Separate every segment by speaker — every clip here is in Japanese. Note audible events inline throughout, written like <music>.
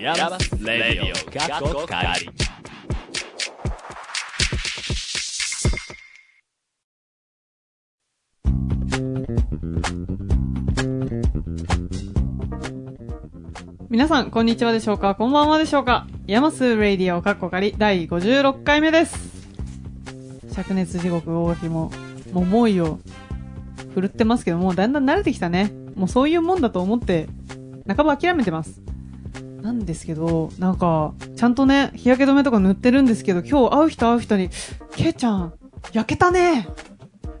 Speaker 1: ヤマスレディオ過去仮
Speaker 2: 皆さん、こんにちはでしょうかこんばんはでしょうか山数レイディオカッコカリ第56回目です。灼熱地獄大垣も、もう猛威を振るってますけど、もうだんだん慣れてきたね。もうそういうもんだと思って、半ば諦めてます。なんですけど、なんか、ちゃんとね、日焼け止めとか塗ってるんですけど、今日会う人会う人に、ケイちゃん、焼けたね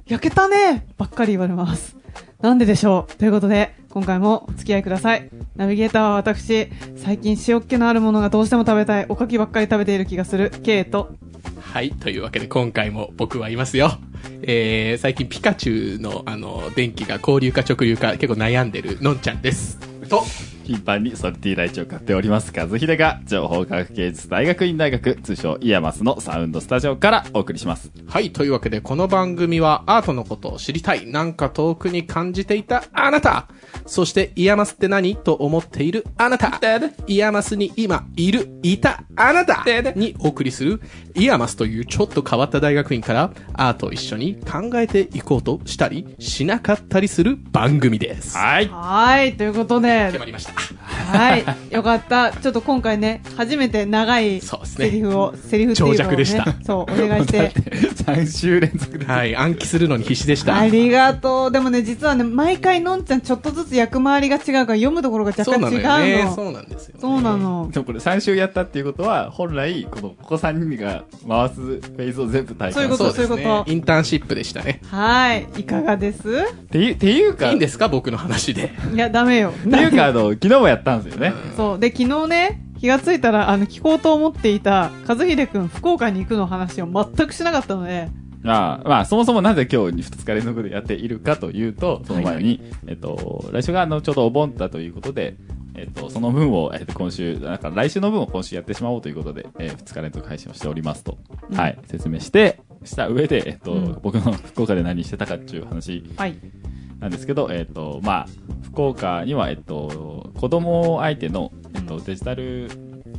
Speaker 2: 焼けたねばっかり言われます。なんででしょうということで、今回もお付き合いください。ナビゲーターは私、最近塩っ気のあるものがどうしても食べたい、おかきばっかり食べている気がする、ケイと。
Speaker 3: はい。というわけで今回も僕はいますよ。えー、最近ピカチュウのあの、電気が交流か直流か結構悩んでるのんちゃんです。と、
Speaker 1: 頻繁にソリティライチを買っております和秀が情報科学芸術大学院大学通称イヤマスのサウンドスタジオからお送りします
Speaker 3: はい。というわけでこの番組はアートのことを知りたい。なんか遠くに感じていたあなた。そしてイヤマスって何と思っているあなた。イヤマスに今いる、いたあなたにお送りするイヤマスというちょっと変わった大学院からアートを一緒に考えていこうとしたりしなかったりする番組です。
Speaker 1: はい
Speaker 2: はーい、ということ
Speaker 3: 決ま
Speaker 2: で、
Speaker 3: りました。
Speaker 2: はい、よかった。ちょっと今回ね、初めて長い
Speaker 3: そうですね
Speaker 2: セリフを、セリフっていうのを、ね、
Speaker 3: 長尺でした
Speaker 2: そう、お <laughs> 願い
Speaker 3: <laughs>
Speaker 2: して。
Speaker 1: 3週連続で
Speaker 3: はい、暗記するのに必死でした。
Speaker 2: ありがとう。でもね、実はね、毎回のんちゃんちょっとずつ役回りが違うから読むところが若
Speaker 3: そ
Speaker 2: 干
Speaker 3: うなの
Speaker 2: 違う
Speaker 3: よね。
Speaker 2: の。
Speaker 3: そうなんですよ、ね。
Speaker 2: そうな。の。
Speaker 1: でもこれ3週やったっていうことは本来このここ3人が回すフェーズを全部体
Speaker 2: そういう
Speaker 1: 感
Speaker 2: こ
Speaker 1: す
Speaker 2: と
Speaker 1: る
Speaker 3: そうです
Speaker 2: そういう
Speaker 3: ね
Speaker 2: こ。と
Speaker 3: インターンシップでしたね。
Speaker 2: はい。いかがです
Speaker 1: っていうっていうか
Speaker 3: いいんですか僕の話で。
Speaker 2: いや、ダメよ。
Speaker 1: っていうかあの昨日もやったんですよね
Speaker 2: そう。で、昨日ね、気がついたら、あの、聞こうと思っていた、和秀くん、福岡に行くの話を全くしなかったので、
Speaker 1: まあ、まあ、そもそもなぜ今日に2日連続でやっているかというと、その前に、えっと、来週があの、ちょうどお盆だということで、えっと、その分を、えっと、今週、なんか来週の分を今週やってしまおうということで、え2日連続配信をしておりますと、
Speaker 2: うん
Speaker 1: はい、説明して、した上で、えっと、
Speaker 2: うん
Speaker 1: 僕の <laughs> 福岡で何してたかっていう話
Speaker 2: はい。
Speaker 1: なんですけど、えっと、まあ、福岡には、えっと、子供相手の、えっ
Speaker 2: う
Speaker 1: と、
Speaker 2: ん
Speaker 1: デジタル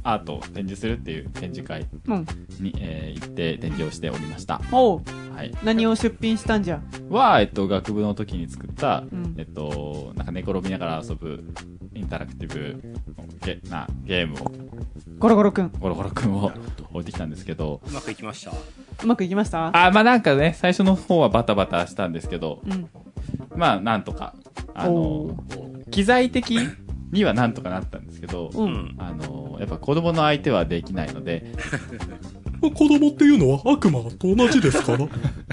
Speaker 1: アートを展示するっていう展示会
Speaker 2: うん。
Speaker 1: に、えー行って展示をしておりました。
Speaker 2: おう。
Speaker 1: はい。
Speaker 2: 何を出品したんじゃ。
Speaker 1: は、えっと、学部の時に作った、
Speaker 2: うん
Speaker 1: えっと、なんか寝転びながら遊ぶインタラクティブゲなゲームを、
Speaker 2: ゴロゴロくん。
Speaker 1: ゴロゴロくんを置いてきたんですけど、
Speaker 4: うまくいきました。
Speaker 2: うまくいきました
Speaker 1: あ、まあなんかね、最初の方はバタバタしたんですけど、
Speaker 2: うん。
Speaker 1: まあなんとか、あ
Speaker 2: お
Speaker 1: の、機材的にはなんとかなったんですけど、
Speaker 2: う。
Speaker 4: うんん。
Speaker 1: あの、やっぱ子供の相手はできないので、
Speaker 5: 子供っていうのは悪魔と同じ
Speaker 2: <laughs>
Speaker 5: ですから。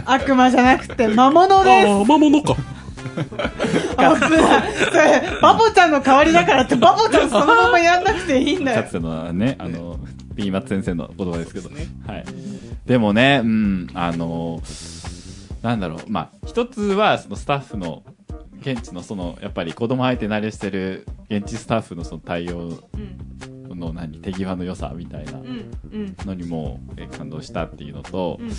Speaker 2: 悪魔じゃなくて、魔物です。
Speaker 5: ああ、魔物か。
Speaker 2: 危ない。それ、バボちゃんの代わりだからって、バボちゃんそのままやんなくていいんだ
Speaker 1: か
Speaker 2: よ
Speaker 1: つ。てのね、あの、ピーマッツ先生の言葉ですけど。はい。でもね、うん、あの、なんだろう、まあ、一つは、そのスタッフの、現地のその、やっぱり子供相手慣れしてる、現地スタッフのその対応
Speaker 2: うん。
Speaker 1: の何、手際の良さみたいな
Speaker 2: うん。うん。
Speaker 1: のにもえ感動したっていうのと
Speaker 2: うん、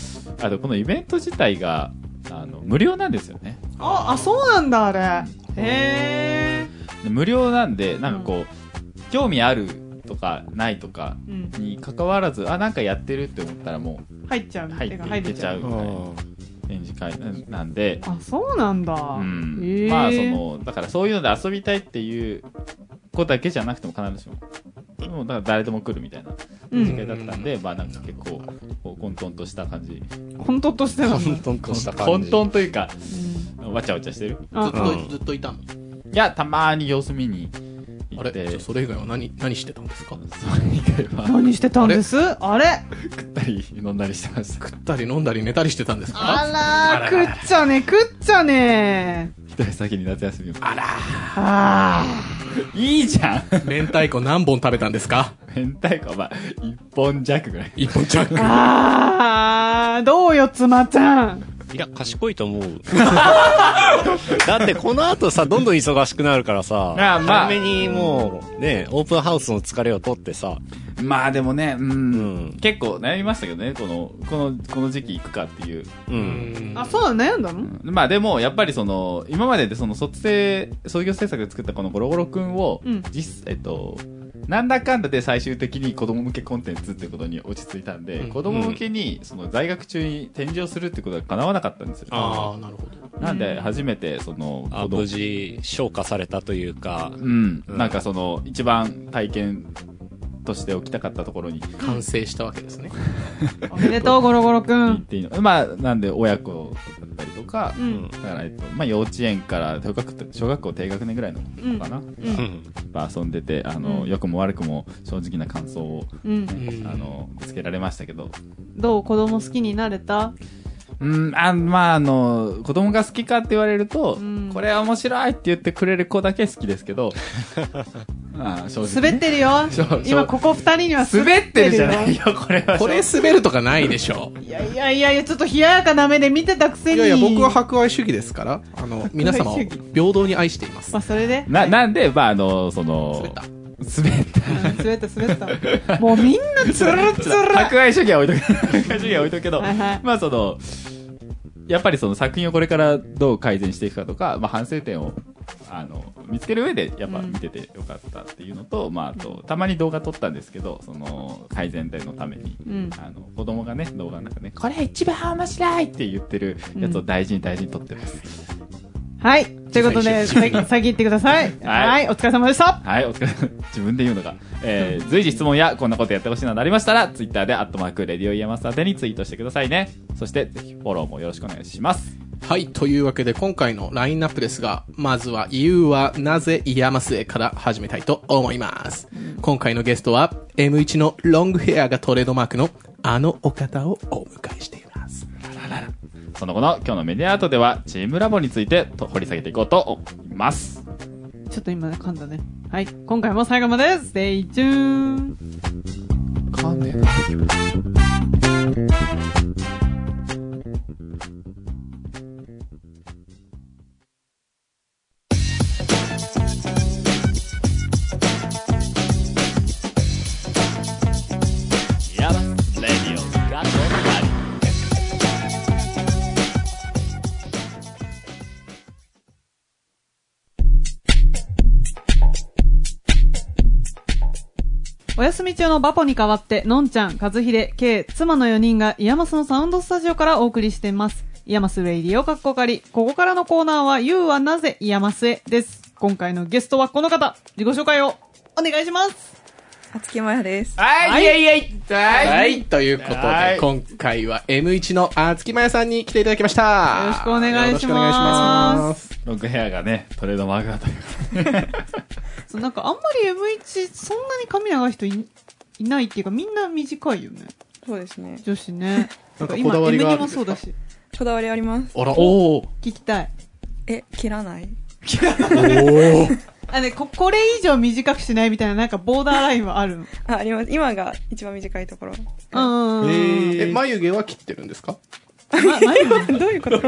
Speaker 1: あとこのイベント自体が、あの、無料なんですよね。
Speaker 2: あ、あ、そうなんだ、あれ。へ
Speaker 1: で無料なんで、なんかこう、興味あるとか、ないとか、
Speaker 2: ー。うん。
Speaker 1: に関わらず、あ、なんかやってるって思ったらもう、
Speaker 2: 入っちゃう。
Speaker 1: 入
Speaker 2: 手が
Speaker 1: っていけちゃう
Speaker 5: あ
Speaker 1: 展示会ななんで、
Speaker 2: あ、そうなんだ。
Speaker 1: うん
Speaker 2: へー
Speaker 1: まあそ、のだからそういうので遊びたいっていう子だけじゃなくても必ずしも。もうだから誰でも来るみたいな
Speaker 2: う
Speaker 1: 時
Speaker 2: ん。
Speaker 1: 間だったんで、まあなんか結構こう混沌とした感じ
Speaker 2: 本当としてなんだ。
Speaker 5: 沌と
Speaker 1: 混沌というか
Speaker 2: うん
Speaker 1: わちゃわちゃしてる
Speaker 3: ず
Speaker 2: あ
Speaker 3: っと、ずっといたの。
Speaker 1: いやたまーに様子見に行
Speaker 3: あ
Speaker 1: っ
Speaker 3: れ
Speaker 1: て
Speaker 3: じゃあそれ以外は何、何してたんですか食
Speaker 1: それ以外は
Speaker 2: 何してたんですあれ
Speaker 1: 食ったり飲んだりしてました
Speaker 3: ったり飲んだり寝たりしてたんですか
Speaker 2: あらー、食っちゃね、食っちゃね
Speaker 1: 一人先に夏休みをあら
Speaker 2: あ
Speaker 1: いいじゃん <laughs>
Speaker 3: 明太子何本食べたんですか
Speaker 1: 明太子はまあ一本弱ぐらい
Speaker 3: 一本ジャ
Speaker 2: ー。
Speaker 3: ッ
Speaker 2: あー、どうよ、妻ちゃん。
Speaker 4: いや、賢いと思う。 <laughs> だってこの後さ、どんどん忙しくなるからさ、
Speaker 1: ああまあ
Speaker 4: 早めにもう、ね、オープンハウスの疲れを取ってさ、
Speaker 1: まあでもね、うん、
Speaker 4: ん
Speaker 1: 結構悩みましたけどね、この、この、この時期行くかっていう。
Speaker 4: う
Speaker 3: ク。
Speaker 4: ん。
Speaker 2: あ、そうだ、悩んだの
Speaker 1: まあでも、やっぱりその、今まででその卒生、創業制作で作ったこのゴロゴロくんを、
Speaker 2: うん
Speaker 1: 実、えっと、なんだかんだで最終的に子供向けコンテンツってことに落ち着いたんで、
Speaker 3: うん
Speaker 1: 子供向けにその在学中に展示をするってことが叶わなかったんですよ。
Speaker 3: ああ、なるほど。
Speaker 1: なんで初めてその
Speaker 4: あ
Speaker 1: 子供
Speaker 4: 無事消化されたというか、
Speaker 1: うん、
Speaker 4: うん
Speaker 1: なんかその一番体験としておきたかったところに
Speaker 3: 完成したわけですね。
Speaker 2: おめでとう、ゴロゴロく
Speaker 1: 行っ
Speaker 2: ん。
Speaker 1: ていいの、まあなんで親子だったりとか、
Speaker 2: う
Speaker 4: うん
Speaker 2: ん。
Speaker 1: だから、えっとまあ、幼稚園から小学校小学校低学年ぐらいの子かな、
Speaker 2: う。
Speaker 4: うんん
Speaker 1: まあ遊んでてあの、
Speaker 2: うん
Speaker 1: 良くも悪くも正直な感想を、
Speaker 2: うん。
Speaker 3: うん
Speaker 1: あのつけられましたけど
Speaker 2: どう子供好きになれた
Speaker 1: うんあまああの子供が好きかって言われると、
Speaker 2: うん
Speaker 1: これ面白いって言ってくれる子だけ好きですけ
Speaker 2: <laughs>
Speaker 1: どまあ正直
Speaker 2: 滑ってるよ
Speaker 1: そう
Speaker 2: 今ここ二人には
Speaker 1: 滑ってるじゃ
Speaker 2: よ
Speaker 1: ないよこれは
Speaker 3: これ滑るとかないでしょう。
Speaker 2: いやいやいやいや、ちょっと冷ややかな目で見てたくせ
Speaker 3: い
Speaker 2: に。
Speaker 3: やいや、僕は博愛主義ですから、あの、皆様を平等に愛しています
Speaker 2: まあ、。それで。
Speaker 1: な、なんで、まあ、あの、その、
Speaker 3: 滑った。
Speaker 1: 滑った。
Speaker 2: うん滑った滑った。もうみんなつるつる。
Speaker 1: <laughs> 博愛主義は置いとく、博愛主義は置いとくけど、
Speaker 2: はいはい
Speaker 1: まあ、その、やっぱりその作品をこれからどう改善していくかとか、まあ、反省点を、あの、見つける上で、やっぱ見ててよかったっていうのと、まあ、あと、たまに動画撮ったんですけど、その、改善点のために、
Speaker 2: うん
Speaker 1: あの、子供がね、動画の中で、これ一番面白いって言ってるやつを大事に大事に撮ってます。
Speaker 2: はい。ということ
Speaker 1: <laughs>
Speaker 2: で、先先行ってください。
Speaker 1: はい
Speaker 2: はい。お疲れ様でした。
Speaker 1: はい、お疲れ様。自分で言うのが。えー、随時質問やこんなことやってほしいなどありましたら、ツイッターで、アットマーク、レディオイヤマス宛てにツイートしてくださいね。そして、ぜひフォローもよろしくお願いします。
Speaker 3: はい。というわけで、今回のラインナップですが、まずは、You はなぜイヤマスへから始めたいと思います。今回のゲストは、M1 のロングヘアがトレードマークのあのお方をお迎えしています。
Speaker 1: その後の今日のメディアアートでは、チームラボについてと掘り下げていこうと思います。
Speaker 2: ちょっと今ね、噛んだね。はい。今回も最後まで、ステイチューン。
Speaker 4: やばレディオガッツ
Speaker 2: お休み中のバポに代わって、のんちゃん、和秀、K、妻の4人がイヤマスのサウンドスタジオからお送りしています。イヤマスレイディオかっこかり。ここからのコーナーは、You はなぜイヤマスへです。今回のゲストはこの方、自己紹介をお願いします。
Speaker 6: あつきまやです。
Speaker 3: はい、いえいえいはい、
Speaker 1: はい
Speaker 3: ということ
Speaker 1: は
Speaker 3: で
Speaker 1: い、
Speaker 3: 今回は M1 のあつきまやさんに来ていただきました。
Speaker 2: よろしくお願いします
Speaker 3: よろくお願いします。
Speaker 1: ロングヘアがね、トレードマークだという
Speaker 2: そうなんかあんまり M1、そんなに髪長い人いいないっていうか、みんな短いよね。
Speaker 6: そうですね。
Speaker 2: 女子ね。
Speaker 3: <laughs> なんか
Speaker 2: 今、
Speaker 3: こだわりが
Speaker 2: M2
Speaker 3: あるん
Speaker 2: も
Speaker 3: ですか
Speaker 2: そうだし。
Speaker 6: こだわりあります。
Speaker 3: あら、おー
Speaker 2: 聞きたい。
Speaker 6: え、切らない
Speaker 2: あ、ね、こ、これ以上短くしないみたいな、なんかボーダーラインはあるの。
Speaker 6: あ、あります。今が一番短いところ。
Speaker 2: うんうんうん。
Speaker 3: え、眉毛は切ってるんですか
Speaker 2: ま、ないの
Speaker 6: どういうこと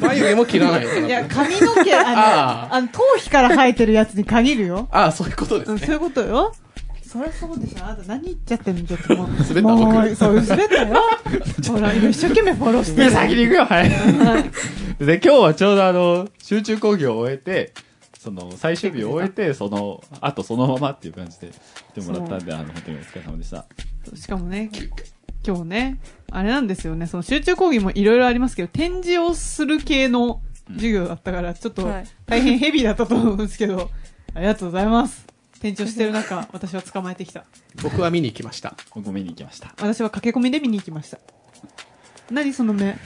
Speaker 3: 眉毛も切らないのか
Speaker 2: い
Speaker 3: な
Speaker 2: や、
Speaker 3: <laughs>
Speaker 2: 髪の毛、あの、
Speaker 3: あ
Speaker 2: あの頭皮から生えてるやつに限るよ。
Speaker 3: ああ、そういうことで
Speaker 2: う
Speaker 3: す
Speaker 2: ん、
Speaker 3: ね
Speaker 2: そう。いうことよ。そりゃそうでしょ。あなた何言っちゃってんのちょっともう。
Speaker 3: 滑った
Speaker 2: もう、
Speaker 3: 僕
Speaker 2: そう、滑った
Speaker 3: <laughs>
Speaker 2: よ。ほら、今一生懸命フォロー
Speaker 1: <laughs>
Speaker 2: して
Speaker 1: で
Speaker 2: る。
Speaker 1: 先に行くよ、はい。で、今日はちょうどあの、集中講義を終えて、その、最終日を終えて、その、あとそのままっていう感じで来てもらったんで、あの、本当にお疲れ様でした。
Speaker 2: しかもね、今日ね、あれなんですよね、その集中講義もいろいろありますけど、展示をする系の授業だったから、ちょっと
Speaker 6: はい
Speaker 2: 大変ヘビーだったと思うんですけど、 <laughs> ありがとうございます。展示をして
Speaker 1: <laughs>
Speaker 2: る中、私は捕まえてきた。
Speaker 3: 僕は見に行きました。
Speaker 1: 僕見に行きました。
Speaker 2: 私は駆け込みで見に行きました何その目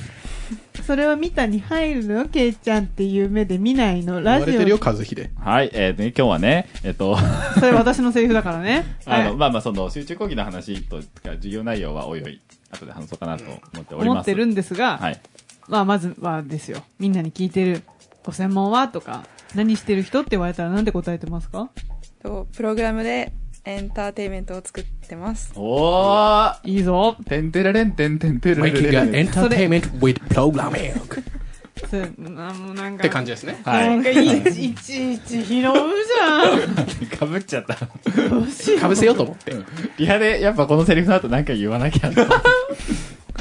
Speaker 2: <laughs> それは見たに入るのケイちゃんっていう目で見ないの
Speaker 3: 言
Speaker 2: ラ
Speaker 3: わ
Speaker 2: ジ
Speaker 3: れてるよ、
Speaker 2: オ
Speaker 3: 和秀。
Speaker 1: はい、えー、で今日はね、えっと、
Speaker 2: それ私のセリフだからね
Speaker 1: <laughs> あ
Speaker 2: は
Speaker 1: の、
Speaker 2: い
Speaker 1: まあまあ、その、集中講義の話とか、授業内容はおいおい、後で話そうかなと思っております。
Speaker 2: 思ってるんですが、
Speaker 1: はい。
Speaker 2: まあまずはですよみんなに聞いてるご専門はとか何してる人って言われたらなんて答えてますか
Speaker 6: とプログラムでエンターテインメントを作ってます。
Speaker 1: おー
Speaker 2: いいぞ
Speaker 1: てんてれれんてんてんてれれ
Speaker 3: Making
Speaker 1: れ
Speaker 3: an
Speaker 1: れん。
Speaker 3: entertainment with programming っ
Speaker 2: それなもうなんか
Speaker 3: て感じですね。
Speaker 1: は
Speaker 2: なん
Speaker 1: い。
Speaker 2: かいちいちいち拾うじゃ
Speaker 1: かぶっちゃった。
Speaker 2: んどうしよう
Speaker 3: かぶせようと思って。
Speaker 1: リハで、やっぱこのセリフの後なんか言わなきゃと。
Speaker 2: あ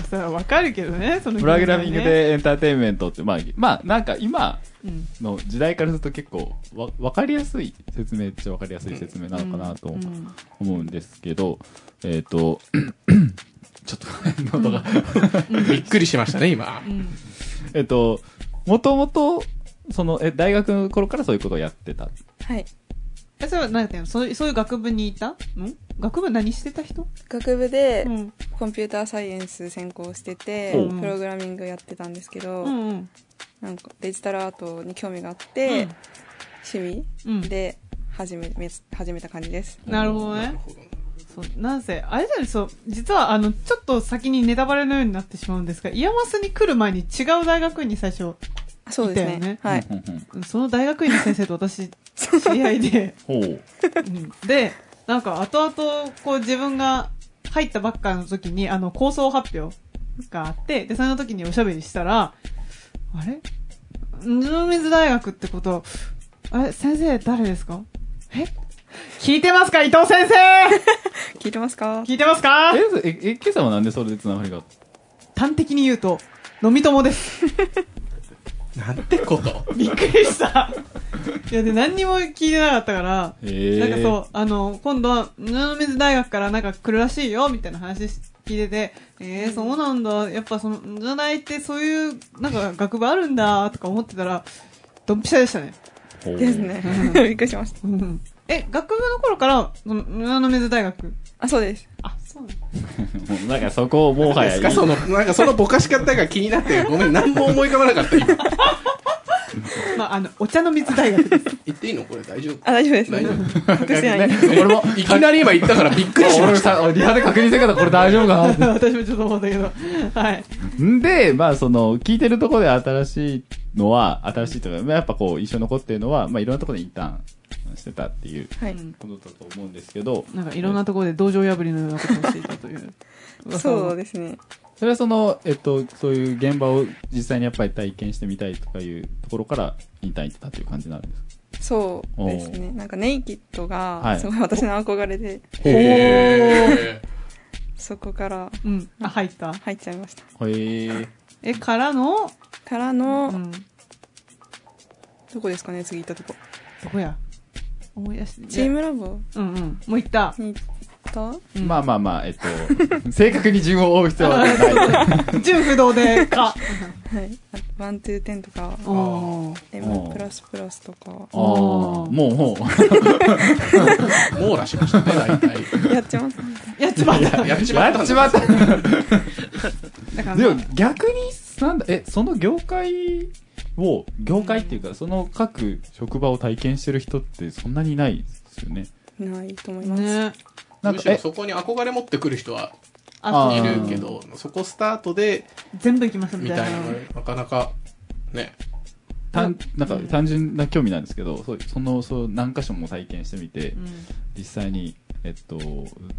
Speaker 2: それはわかるけどね、その
Speaker 1: <laughs>
Speaker 2: 気
Speaker 1: プ
Speaker 2: 持
Speaker 1: ロ
Speaker 2: ちは
Speaker 1: グ
Speaker 2: ね
Speaker 1: ラミング。でエンターテインメントって、まあ、まあ、なんか今
Speaker 2: うん
Speaker 1: の時代からすると結構わ、わかりやすい説明っちゃわかりやすい説明なのかなと
Speaker 2: うん
Speaker 1: 思うんですけど、えっ、と、 <coughs> ちょっとごめん、喉が。
Speaker 3: びっくりしましたね、今。
Speaker 2: うん
Speaker 1: えっと、もともと、その、え、大学の頃からそういうことをやってた。
Speaker 6: はい。
Speaker 2: え、それは何やってんのそうそういう学部にいたん学部何してた人
Speaker 6: 学部で
Speaker 2: うん。
Speaker 6: コンピューターサイエンス専攻してて、
Speaker 2: うん
Speaker 6: プログラミングやってたんですけど、
Speaker 2: うんうん。
Speaker 6: なんかデジタルアートに興味があって、趣
Speaker 2: うん
Speaker 6: 味で始めめ始めた感じです。
Speaker 2: なるほどね。そうなんせ、あれじゃないそう、実は、あの、ちょっと先にネタバレのようになってしまうんですが、イヤマスに来る前に違う大学院に最初、
Speaker 6: あそうです
Speaker 2: い
Speaker 6: ね。
Speaker 2: たよね
Speaker 6: はい。
Speaker 1: うんうん
Speaker 2: うんその大学院の先生と私、知り合いで、
Speaker 1: ほう。
Speaker 2: うん <laughs> で、なんか後々、こう自分が入ったばっかの時に、あの、構想発表があって、で、その時におしゃべりしたら、あれ布水大学ってこと、あれ先生誰ですかえ聞いてますか伊藤先生 <laughs>
Speaker 6: 聞いてますか
Speaker 2: 聞いてますか
Speaker 1: え、え、え、今朝はなんでそれで繋がりがあっ
Speaker 2: 端的に言うと、飲み友です。
Speaker 3: なんてこと。
Speaker 2: <laughs> びっくりした。いや、で、何にも聞いてなかったから、
Speaker 1: たへ
Speaker 2: なんかそう、あの、今度は、布水大学からなんか来るらしいよ、みたいな話聞いてて、えー、そうなんだ。やっぱその、布大ってそういう、なんか学部あるんだ、とか思ってたら、ドンピシャでしたね。
Speaker 1: ほう
Speaker 6: ですね。 <laughs> びっくりしました。
Speaker 2: うんえ、学部の頃から、その、布水大学。
Speaker 6: あ、そうです。
Speaker 2: あ、そうなんだ。
Speaker 1: もうなんかそこをもはや
Speaker 3: で
Speaker 1: い
Speaker 3: す
Speaker 1: い
Speaker 3: かその、なんかそのぼかし方が気になって、ごめん、何も思い浮かばなかった、今。
Speaker 2: まあ、あの、お茶の水大学です。 <laughs>
Speaker 3: 言っていいのこれ大丈夫
Speaker 6: あ、大丈夫です。
Speaker 3: 大丈
Speaker 6: 隠してない。
Speaker 1: <laughs> 俺も、
Speaker 3: いきなり今言ったからびっくりしま <laughs>
Speaker 1: 俺
Speaker 3: した。
Speaker 1: さ、リハで確認してからこれ大丈夫かなっ
Speaker 2: 私もちょっと思ったけど。はい。
Speaker 1: て。んで、まあその、聞いてるところで新しいのは、新しいというか、まあやっぱこう、一緒に残ってるのは、まあいろんなところでインターンしてたっていう
Speaker 6: はい。
Speaker 1: ことだと思うんですけど、
Speaker 2: なんか、いろんなところで道場破りのようなことをしていたという。
Speaker 6: <laughs> そう
Speaker 2: で
Speaker 6: ですね。
Speaker 1: それはその、えっと、そういう現場を実際にやっぱり体験してみたいとかいうところからインターン行ってたっていう感じなんです
Speaker 6: そうですね。なんかネイキッド
Speaker 1: は
Speaker 6: が
Speaker 1: い、
Speaker 6: すごい私の憧れで、
Speaker 3: へ
Speaker 6: そこから
Speaker 2: す。うん。あ、入った。
Speaker 6: 入っちゃいました。
Speaker 1: かへー
Speaker 2: え、からの、
Speaker 6: から
Speaker 2: う
Speaker 6: の、
Speaker 2: ん。
Speaker 6: どこですかね、次行ったとこ。
Speaker 2: どこや思い出して。
Speaker 6: チームラボ
Speaker 2: うんうん。もう行った。
Speaker 6: に行った
Speaker 2: うん
Speaker 1: まあまあまあ、えっと、 <laughs> 正確に順を追う必要は
Speaker 3: <laughs>
Speaker 1: ない。
Speaker 2: 純不動で、か。
Speaker 6: はい。あワン、ツー、テンとか、
Speaker 2: おー
Speaker 6: M プラスプラスとか、
Speaker 1: ああ、もうも
Speaker 3: ー網羅しましたね、大体。
Speaker 6: やっちゃいますね。
Speaker 2: やっちまった。
Speaker 1: う。
Speaker 3: <laughs> やっちまっ
Speaker 1: や
Speaker 3: たんだ
Speaker 1: っちまった。
Speaker 2: だから
Speaker 1: でも逆に、なんだ、え、その業界を、業界っていうか、その各職場を体験してる人ってそんなにいないですよね。
Speaker 6: ないと思います。
Speaker 2: ね。
Speaker 1: なんか
Speaker 3: むし、ろ
Speaker 1: え、
Speaker 3: そこに憧れ持ってくる人は
Speaker 1: あ
Speaker 2: あ
Speaker 1: ー
Speaker 3: いるけど、そこスタートで、
Speaker 2: 全部行きましたみ
Speaker 3: み
Speaker 2: たいな
Speaker 3: たい。なのはなかなか、ね。
Speaker 1: 単なんか単純な興味なんですけど、そうその、そう、何箇所も体験してみて、
Speaker 2: うん
Speaker 1: 実際に、えっと、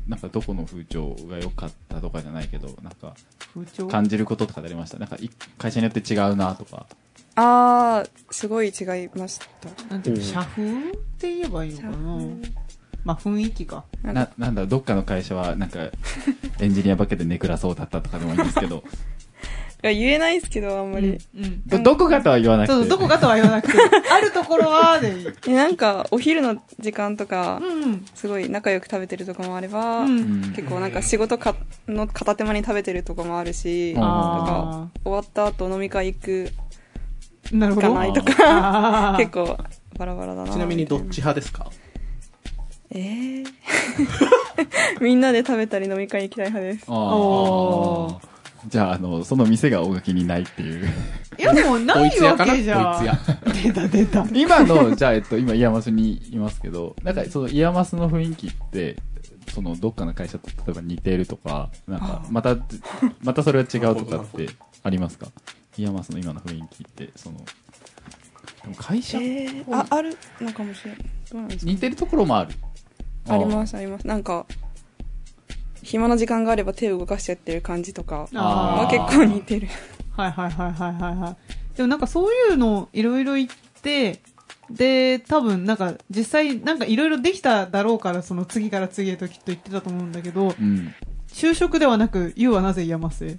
Speaker 1: なんかどこの風潮が良かったとかじゃないけど、なんか
Speaker 2: 風潮。
Speaker 1: 感じることとかでありました。なんかい会社によって違うなとか。
Speaker 6: あー、すごい違いました。
Speaker 2: なんていうの社風って言えばいいのかなまあ雰囲気か。
Speaker 6: なん
Speaker 1: な、なんだ、どっかの会社は、なんか、エンジニアばっかでネクラそうだったとかでもいいんですけど、
Speaker 6: 言えないですけど、あんまり。
Speaker 2: うん。
Speaker 1: ど、どこかとは言わなくて。
Speaker 2: そう、どこかとは言わなくて。あるところは、でいい。
Speaker 6: えなんか、お昼の時間とか
Speaker 2: う、ん。
Speaker 6: すごい仲良く食べてるとこもあれば、
Speaker 2: う。
Speaker 1: うんん
Speaker 6: 結構なんか仕事かの片手間に食べてるとこもある
Speaker 1: う
Speaker 6: し、
Speaker 1: ん
Speaker 6: 終
Speaker 2: あ
Speaker 6: わった後飲み会行く、
Speaker 2: あ。なる
Speaker 6: 行
Speaker 2: ほ
Speaker 6: か
Speaker 2: ど。
Speaker 6: ないと
Speaker 2: あ
Speaker 6: か、
Speaker 2: ー
Speaker 6: <laughs> 結構バラバラだな。
Speaker 3: ちなみにどっ
Speaker 6: み
Speaker 3: ち派ですか
Speaker 6: たいなえー、みんなで食べたり飲み会行きたい派です。
Speaker 1: あ
Speaker 2: お
Speaker 1: ーじゃあ、あの、その店が大垣にないっていう。
Speaker 2: いや、でもな
Speaker 3: ドイ
Speaker 2: い
Speaker 3: ツ屋か
Speaker 2: わ
Speaker 3: なド
Speaker 2: け
Speaker 3: イツ
Speaker 2: じゃん。
Speaker 3: 屋。
Speaker 2: <laughs> 出た出た。
Speaker 1: 今の、じゃあ、えっと、今、イヤマスにいますけど、なんか、その、イヤマスの雰囲気って、その、どっかの会社と、例えば似ているとか、なんか、また、またそれは違うとかって、ありますかイヤマスの今の雰囲気って、その、でも会
Speaker 6: え
Speaker 1: 社、
Speaker 6: ー、あ、あるのかもしれない。どうなんですか
Speaker 1: 似てるところもある。
Speaker 6: あります、あります。なんか、暇な時間があれば手を動かしちゃってる感じとか
Speaker 2: あ
Speaker 6: は
Speaker 2: ー
Speaker 6: 結構似てる。
Speaker 2: はいはいはいはいはいはい。でもなんかそういうのいろいろ言って、で、多分なんか実際なんかいろいろできただろうから、その次から次へときっと言ってたと思うんだけど
Speaker 1: あー。、うん。
Speaker 2: 就職ではなく、You はなぜ山瀬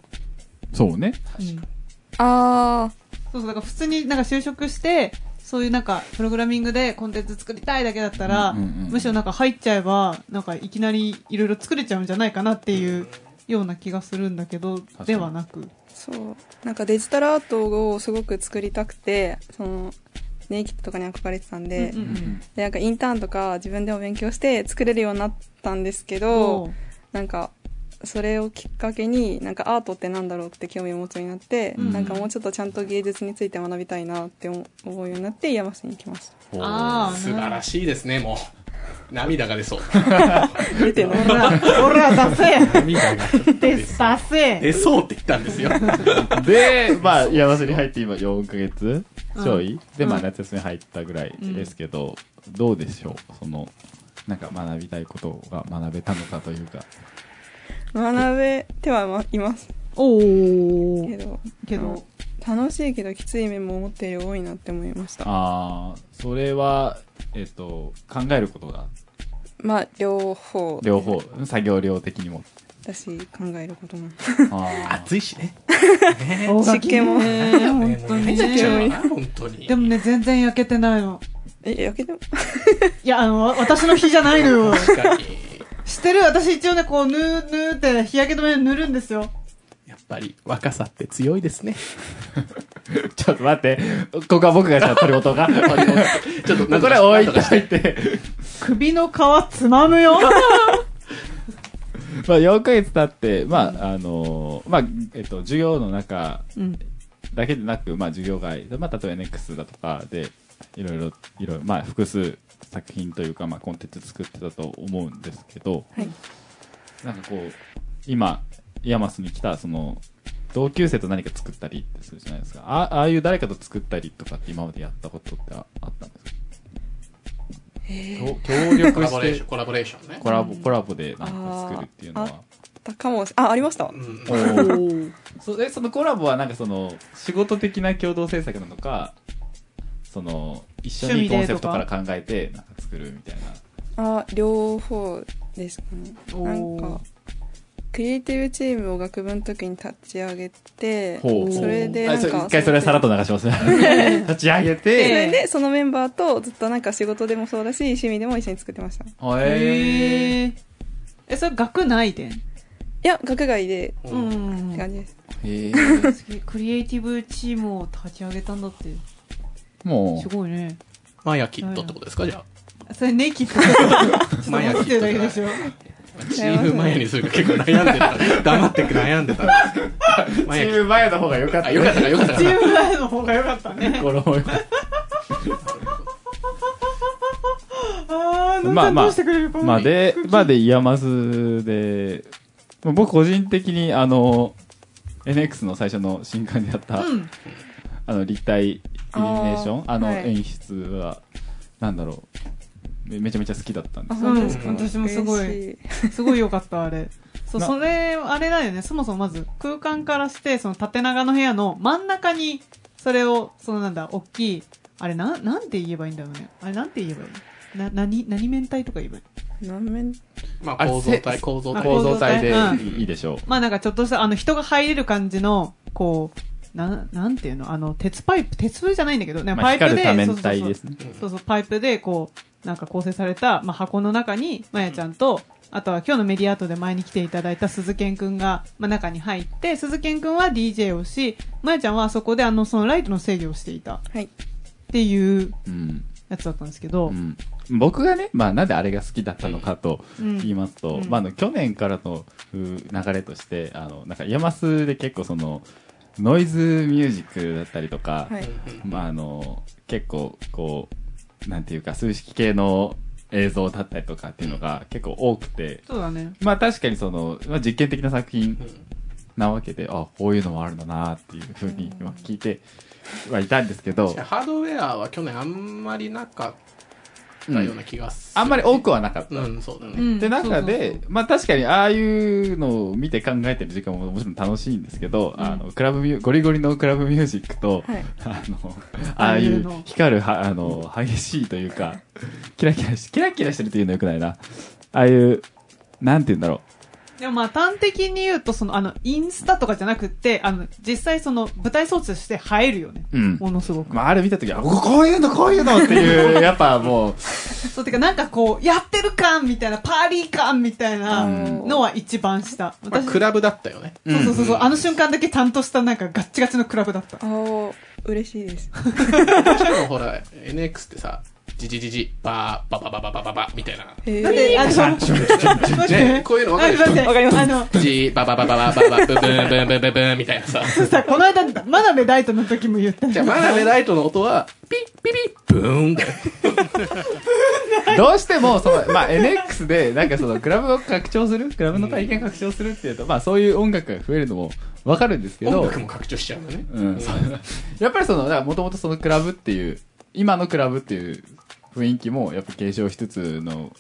Speaker 1: そうね。
Speaker 2: うん
Speaker 6: あ
Speaker 2: そうそう、だから普通になんか就職して、そういうなんか、プログラミングでコンテンツ作りたいだけだったら、
Speaker 1: うんうんうん
Speaker 2: むしろなんか入っちゃえば、なんかいきなりいろいろ作れちゃうんじゃないかなっていうような気がするんだけど、
Speaker 1: に
Speaker 2: ではなく。
Speaker 6: あそうなんかデジタルアートをすごく作りたくてそのネイキッドとかに憧れてたんで,、
Speaker 2: うんうんうん
Speaker 6: でなんかインターンとか自分でも勉強して作れるようになったんですけど、
Speaker 2: おう
Speaker 6: なんかそれをきっかけになんかアートってなんだろうって興味を持つようになって、
Speaker 2: うん
Speaker 6: なんかもうちょっとちゃんと芸術について学びたいなって思思うようになって山瀬に来まし
Speaker 2: ああ、
Speaker 3: <laughs> 素晴ら
Speaker 2: し
Speaker 3: しいですね、もう。涙が出そう。
Speaker 6: た出てない
Speaker 2: い。ほら、ほら、出
Speaker 3: 涙が。
Speaker 2: せです、出せ
Speaker 3: <laughs> 出そうって言ったんですよ。
Speaker 1: <laughs> で、まあ、山瀬に入って今4ヶ月ちょい、で、まあ
Speaker 2: うん
Speaker 1: 夏休み入ったぐらいですけど、どうでしょうその、なんか学びたいことが学べたのかというか。
Speaker 6: 学べてはいます
Speaker 2: お
Speaker 6: け
Speaker 2: ー。
Speaker 6: ど
Speaker 2: けど、
Speaker 6: 楽しいけどきつい面も持ってるより多いなって思いました
Speaker 1: ああ、それは、えっ、と、考えることが、
Speaker 6: まあ両方
Speaker 1: 両方、作業量的にも。
Speaker 6: だし考えることも
Speaker 1: あ
Speaker 3: 暑いしね。
Speaker 2: 大垣ね
Speaker 6: 湿気も
Speaker 2: 本当に
Speaker 3: ね
Speaker 6: 気も
Speaker 2: ね。
Speaker 3: 本当に
Speaker 2: で。もね、全然焼けてないの。
Speaker 6: え焼けても
Speaker 2: いや、あの、わ私の日じゃないのよ。
Speaker 3: 確かに。
Speaker 2: してる私一応ね、こう、ぬー、ぬーって日焼け止め塗るんですよ。
Speaker 3: やっぱり若さって強いですね。
Speaker 1: ー <laughs> ちょっと待って、ここは僕がした取り事 <laughs> が。
Speaker 3: ちょっと、
Speaker 1: これ置いといて。
Speaker 2: 首の皮つまむ <laughs> よ。
Speaker 1: まあ、4ヶ月経って、まあ、あのーまあ、えっと、授業の中
Speaker 2: うん。
Speaker 1: だけでなく、まあ、授業外、まあ、例えば NX だとかで、いろいろ、いろいろ、まあ、複数作品というか、まあ、コンテンツ作ってたと思うんですけど、
Speaker 6: はい
Speaker 1: なんかこう、今、イアマスに来た、その、同級生と何か作ったりってするじゃないですか。あああいう誰かと作ったりとかって今までやったことってああったんですか、協協力
Speaker 3: コラボ
Speaker 1: し
Speaker 3: レーシ
Speaker 1: て
Speaker 3: ョン、コラボレーションね。
Speaker 1: コラボ、コラボで何か作るっていうのは。
Speaker 6: たかもしあありました
Speaker 3: う
Speaker 1: お
Speaker 3: ん
Speaker 1: ーそれそのコラボはなんかその仕事的な共同制作なのかその一緒に
Speaker 2: 趣味で
Speaker 1: コンセプトから考えてなんか作るみたいな
Speaker 6: あ両方ですかね
Speaker 2: お
Speaker 6: なん
Speaker 2: ー
Speaker 6: かクリエイティブチームを学部の時に立ち上げて
Speaker 1: ほう
Speaker 6: それで
Speaker 1: あ
Speaker 6: なん
Speaker 1: そ
Speaker 6: か
Speaker 1: 一回それはさらっと流し
Speaker 6: <laughs>
Speaker 1: ますね立ち上げ
Speaker 6: そ
Speaker 1: て
Speaker 6: れでそのメンバーとずっとなんか仕事でもそうだし趣味でも一緒に作ってましたい
Speaker 1: へえ
Speaker 2: へー。え、それ学内で
Speaker 6: や学外で
Speaker 3: う
Speaker 2: うんん
Speaker 6: って感じです
Speaker 1: へえ
Speaker 2: クリエイティブチームを立ち上げたんだって。
Speaker 1: も
Speaker 2: すごいね。
Speaker 3: マヤキッドってことですかじゃあ。
Speaker 2: それネイキ <laughs> ッド。ちょっ
Speaker 3: マ
Speaker 2: と
Speaker 3: ヤ
Speaker 2: 思
Speaker 3: キ
Speaker 2: っ
Speaker 3: ッ
Speaker 2: てる
Speaker 3: ド
Speaker 2: だけで
Speaker 3: じゃない
Speaker 2: しょ。
Speaker 3: チームマヤにするか結構悩んでた。黙ってく悩んでた。
Speaker 1: う
Speaker 3: マヤキッ
Speaker 1: ム前の方が良かっ
Speaker 3: ド。あ、よかったかよかった
Speaker 2: チ
Speaker 3: か。
Speaker 2: ーム前の方が良かったね。
Speaker 1: この方が良かっ
Speaker 2: あー、
Speaker 1: ま
Speaker 2: ま
Speaker 1: あま
Speaker 2: あま
Speaker 1: あ
Speaker 2: あ。どうしてくれる
Speaker 1: たまあでまあでイヤマスでまあ僕個人的にあの NX の最初の新刊でやった、
Speaker 2: うん。
Speaker 1: あの立体イルミネーションあ
Speaker 6: あー
Speaker 1: の
Speaker 6: はい
Speaker 1: 演出は、なんだろうめめちゃめちゃ好きだったんで
Speaker 6: あ
Speaker 1: す
Speaker 6: 本当ですか
Speaker 2: うん私もすごい
Speaker 6: 嬉し
Speaker 2: すごい良かった、あれ。そう、
Speaker 1: な
Speaker 2: それ、あれだよね。そもそもまず、空間からして、その縦長の部屋の真ん中に、それを、そのなんだ、大きい、あれ、なん、なんて言えばいいんだろうね。あれ、なんて言えばいいな、何、何面体とか言えばいい
Speaker 6: い何面
Speaker 3: ま
Speaker 1: あ
Speaker 3: あ
Speaker 1: れ
Speaker 3: 構造体、構造体。
Speaker 2: あ
Speaker 1: 構造体で
Speaker 2: うん
Speaker 1: いいいいでしょう、
Speaker 2: まあなんかちょっとした、あの、人が入れる感じの、こう、なん、なんていうのあの、鉄パイプ、鉄じゃないんだけど、ね、
Speaker 1: まあ、
Speaker 2: パイプ
Speaker 1: 光
Speaker 2: で、
Speaker 1: る多
Speaker 2: そ
Speaker 1: 面
Speaker 2: うそう
Speaker 1: 体
Speaker 2: そう
Speaker 1: ですね
Speaker 2: そうそう、パイプで、こう、なんか構成された、まあ、箱の中に、まやちゃんと、あとは今日のメディアアートで前に来ていただいた鈴健くんが、まあ、中に入って、鈴健くんは DJ をし、まやちゃんはそこであの、そのライトの制御をしていたっ
Speaker 6: はい
Speaker 2: ていう
Speaker 1: うん
Speaker 2: やつだったんですけど、
Speaker 1: うん僕がね、まあ、なんであれが好きだったのかと
Speaker 2: うん
Speaker 1: 言いますと、
Speaker 2: うん
Speaker 1: まあ、あの去年からのうー流れとしてあのなんか山スで結構そのノイズミュージックだったりとか、
Speaker 6: はい
Speaker 1: まあ、あの結構こうなんていうか数式系の映像だったりとかっていうのが結構多くて、
Speaker 2: そうだね。
Speaker 1: まあ確かにその、まあ、実験的な作品
Speaker 3: うん
Speaker 1: なわけで、あ、こういうのもあるんだなっていうふうに今聞いてはいたんですけど、
Speaker 3: ハードウェアは去年あんまりなかったような気がする。
Speaker 1: あんまり多くはなかった。
Speaker 3: うん、そうだ
Speaker 2: う
Speaker 3: ね。
Speaker 2: ん
Speaker 1: って中
Speaker 2: そう
Speaker 1: で
Speaker 2: そう、
Speaker 1: まあ確かにああいうのを見て考えてる時間ももちろん楽しいんですけど、
Speaker 2: うん
Speaker 1: あの、クラブミュ、ゴリゴリのクラブミュージックと、
Speaker 6: はい
Speaker 1: あの、あ
Speaker 2: あ
Speaker 1: あ
Speaker 2: あ
Speaker 1: い
Speaker 2: いう
Speaker 1: う
Speaker 2: の
Speaker 1: 光るは、あの、激しいというか、キラキラし、キラキラしてるというのよくないな。ああいう、なんて言うんだろう。
Speaker 2: そうでもまあ端的に言うと、その、あの、インスタとかじゃなくって、あの、実際その、舞台装置として映えるよね。
Speaker 1: うん
Speaker 2: ものすごく。
Speaker 1: まあ、あれ見たときは、ここういうの、こういうのっていう、やっぱもう、
Speaker 2: そう、てかなんかこう、やってる感みたいな、パーリー感みたいな
Speaker 6: うん
Speaker 2: のは一番下。
Speaker 3: まあ
Speaker 2: 私、
Speaker 3: クラブだったよね。
Speaker 2: そうそうそうそう、あの瞬間だけ担当したなんかガッチガチのクラブだった。
Speaker 6: あー嬉しいです。
Speaker 3: しかもほら、NX ってさ、じじじじ、ばー、ばばばばばばば、みたいな。
Speaker 6: えー
Speaker 2: なんで、あの、待って
Speaker 3: ね、こういうのわか
Speaker 2: あ
Speaker 3: る
Speaker 2: すいません
Speaker 6: わかります
Speaker 2: あの、
Speaker 3: じー、ばばばばばばば、ブンブンブンブンブンブン、みたいなさ。
Speaker 2: さ、この間、真鍋大斗の時も言った
Speaker 3: じゃあ、マナベライトの音は、ピッピピッ、ブーンだよ。
Speaker 1: <laughs> どうしても、その、まあ、NX で、なんかその、クラブを拡張する、クラブの体験拡張するっていうと、まあ、そういう音楽が増えるのもわかるんですけ
Speaker 3: 音
Speaker 1: ど
Speaker 3: 楽、も拡張しちゃうのね。
Speaker 1: うん、そうやっぱりその、だからもともとそのクラブっていう、今のクラブっていう雰囲気も、やっぱ継承しつつの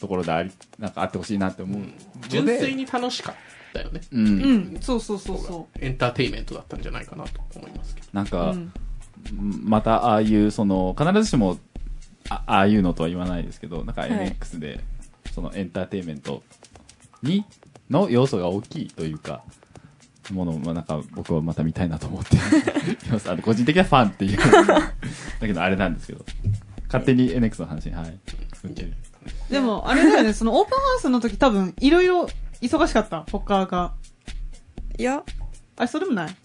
Speaker 1: ところであり、なんかあってほしいなって思うので。
Speaker 3: 純粋に楽しかったよね。
Speaker 1: うん
Speaker 2: う。ん、そうそうそうそ
Speaker 3: エンターテインメントだったんじゃないかなと思いますけど。
Speaker 1: なん
Speaker 2: う。
Speaker 1: か、
Speaker 2: うん
Speaker 1: またああいうその必ずしもあああいうのとは言わないですけどなんか
Speaker 6: い
Speaker 1: NX でそのエンターテインメントにの要素が大きいというかものをなんか僕はまた見たいなと思っていますあの個人的なファンっていうだけどあれなんですけど勝手に NX の話にはい
Speaker 2: でも、あれだよね、そのオープンハウスの時多分、いろいろ忙しかった、他が。
Speaker 6: いや、
Speaker 2: あれ、そうでもない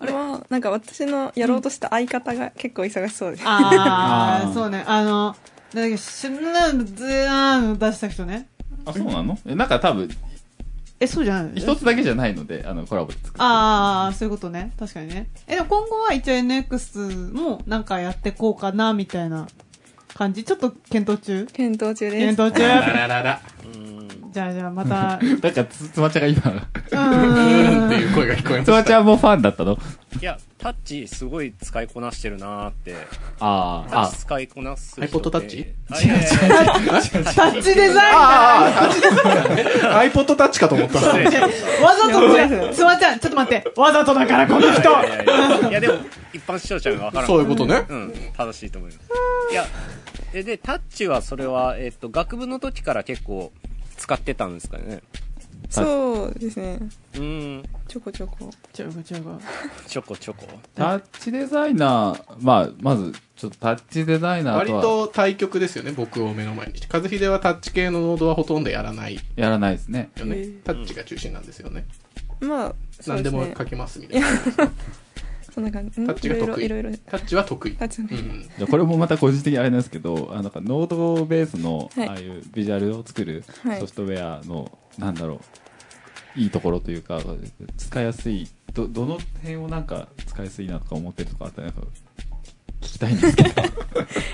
Speaker 6: まあ、なんか私のやろうとした相方が結構忙しそうです。
Speaker 2: あ
Speaker 1: あー
Speaker 2: あ、そうね。あの、なんだっけ、シュンナンズーン出した人ね。
Speaker 1: あそうなのえなんか多分
Speaker 2: え、そうじゃない
Speaker 1: 一つだけじゃないのであのコラボで作る
Speaker 2: ああ、そういうことね。確かにね。え、でも今後は一応 NX もなんかやってこうかな、みたいな感じ。ちょっと検討中
Speaker 6: 検討中です。
Speaker 2: 検討中 <laughs>
Speaker 3: ララララ、
Speaker 2: じゃあじゃあまた、う
Speaker 1: だからつつまちゃんが今
Speaker 3: って
Speaker 2: ーん。
Speaker 3: いう声が聞こえま
Speaker 1: つま
Speaker 3: し
Speaker 1: ちゃんもファンだったの
Speaker 4: いや、タッチすごい使いこなしてるなーって。
Speaker 1: あ
Speaker 4: タ
Speaker 1: あ
Speaker 4: ッチ使いこなす人って。
Speaker 3: iPod タッチ
Speaker 4: あいやいやいや
Speaker 2: タッチデザインだ
Speaker 3: た。iPod タッチかと思った。
Speaker 4: 失礼しまし
Speaker 2: わざと違う。すまちゃん、ちょっと待って。わざとだからこの人
Speaker 4: たいやいやいやいや、でも、一般視聴者がわからん。
Speaker 3: そういうことね。
Speaker 4: うん、正しいと思います。いや、えで、タッチはそれは、えっと、学部の時から結構使ってたんですかね。
Speaker 6: そうですね。
Speaker 4: うーん、
Speaker 6: ちょこちょこ。
Speaker 2: ちょこちょこ。
Speaker 4: ちょこちょこ。
Speaker 1: タッチデザイナー、まあ、まず、ちょっとタッチデザイナー
Speaker 3: 割
Speaker 1: とは
Speaker 3: と対局ですよね、僕を目の前にして。和秀はタッチ系のノードはほとんどやらないよ
Speaker 1: やらないですね。
Speaker 6: へ
Speaker 3: ね
Speaker 6: ー。
Speaker 3: タッチが中心なんですよね。
Speaker 6: まあ、そう
Speaker 3: 何で
Speaker 6: で
Speaker 3: すも
Speaker 6: ね
Speaker 3: 書。きますみたいな。
Speaker 6: そんな感じ。
Speaker 3: タッチが得意
Speaker 6: いろいろいろいろ。
Speaker 3: タッチは得意
Speaker 6: タ。ッチの
Speaker 3: うんうん。
Speaker 1: じゃあこれもまた個人的にあれなんですけど、あのなんかノートベースの、
Speaker 6: はい
Speaker 1: ああいうビジュアルを作る
Speaker 6: はい
Speaker 1: ソフトウェアの、なんだろう、いいところというか、使いやすい、ど、どの辺をなんか使いやすいなとか思ってるとかあったら、なんか、聞きたいん
Speaker 6: <laughs>
Speaker 1: ですけど。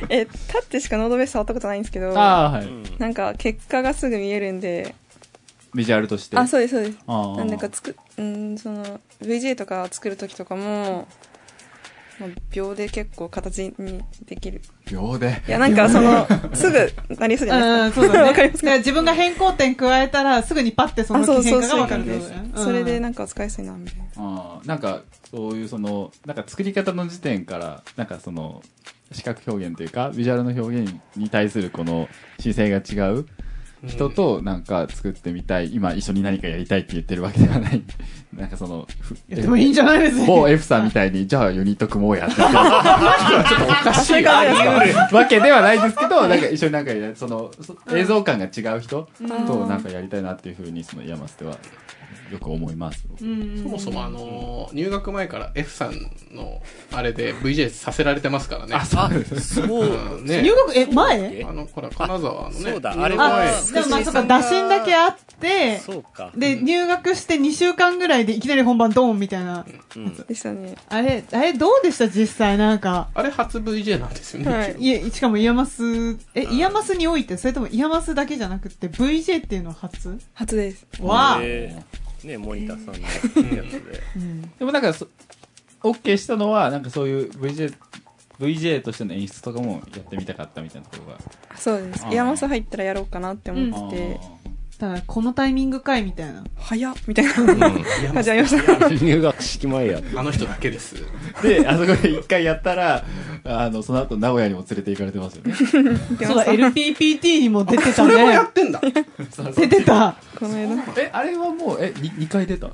Speaker 6: え、タッチしかノードベース触ったことないんですけど、
Speaker 1: ああ、は
Speaker 4: う
Speaker 1: い。
Speaker 4: ん。
Speaker 6: なんか結果がすぐ見えるんで、
Speaker 1: ビジュアルとして。
Speaker 6: あ、そうです、そうです。
Speaker 1: ああ
Speaker 6: なんかつく、うん、その、VJ とか作るときとかも、まあ秒で結構形にできる。
Speaker 1: 秒で。
Speaker 6: いや、なんかその、すぐなりそうじゃ
Speaker 2: う
Speaker 6: ない
Speaker 2: ん、
Speaker 6: です
Speaker 2: そ
Speaker 6: か。
Speaker 2: うだね。
Speaker 6: <laughs> わかります
Speaker 2: だから自分が変更点加えたら、すぐにパッてその
Speaker 6: あ、そうそ
Speaker 2: 変
Speaker 6: う、
Speaker 2: 化
Speaker 6: そ
Speaker 2: が
Speaker 6: うい
Speaker 2: わ
Speaker 6: う
Speaker 2: かる
Speaker 6: 感
Speaker 2: っ
Speaker 6: じ
Speaker 2: てことだ
Speaker 6: です
Speaker 2: よね。うん
Speaker 6: それでなんか使いやすいな、みたいな。
Speaker 1: あーなんかそういうそのなんか作り方の時点からなんかその視覚表現というかビジュアルの表現に対するこの姿勢が違う人となんか作ってみたい、今一緒に何かやりたいって言ってるわけではないなんかそのふ
Speaker 2: いやでもいいんじゃないですか。
Speaker 1: 某 F さんみたいにじゃあユニット組もうやって言ってる
Speaker 6: そういう感じですか
Speaker 1: わけではないですけどなんか一緒になんかやりそのそ映像感が違う人となんかやりたいなっていうふうにその山捨てはよく思います。僕
Speaker 2: うん
Speaker 3: そもそもあのー、入学前から F さんのあれで VJ させられてますからね。あ、
Speaker 4: あ、
Speaker 2: <laughs>
Speaker 4: そう。
Speaker 3: うね
Speaker 2: 入。学、え、前
Speaker 4: え
Speaker 3: あの、ほら、金沢のね。
Speaker 4: そうだあれは
Speaker 2: あ
Speaker 4: は、
Speaker 2: でもまあ
Speaker 4: 美し
Speaker 2: そ
Speaker 4: い
Speaker 2: っか、打診だけあって、
Speaker 4: そうか。
Speaker 2: で、入学して2週間ぐらいでいきなり本番ドーンみたいな。
Speaker 4: うん。
Speaker 6: でしたね。
Speaker 2: あれ、あれどうでした実際なんか。
Speaker 3: あれ初 VJ なんですよね。
Speaker 6: はい
Speaker 2: いえ、しかもイヤマス、え、イヤマスにおいて、それともイヤマスだけじゃなくて、VJ っていうのは初
Speaker 6: 初です。
Speaker 2: わあ、
Speaker 4: でね、森田さんのやつで。
Speaker 2: うん
Speaker 1: でもなんかそ、OK したのは、なんかそういう VJ、VJ としての演出とかもやってみたかったみたいなところが。
Speaker 6: そうです
Speaker 1: あ。ー
Speaker 6: 山マ入ったらやろうかなって思ってて。
Speaker 2: したら、このタイミングかいみたいな。
Speaker 6: 早っみたいな
Speaker 3: 山
Speaker 6: 感じありました。
Speaker 4: <laughs> 入学式前や。
Speaker 3: あの人だけです。
Speaker 1: で、あそこで一回やったら、あの、その後名古屋にも連れて行かれてますよね。
Speaker 2: そう <laughs> だ、LPPT にも出てた
Speaker 3: それもや
Speaker 2: ね
Speaker 3: っ。てんだ。 <laughs>
Speaker 2: 出てた。
Speaker 6: この間。
Speaker 1: <laughs> え、あれはもう、え、に2回出た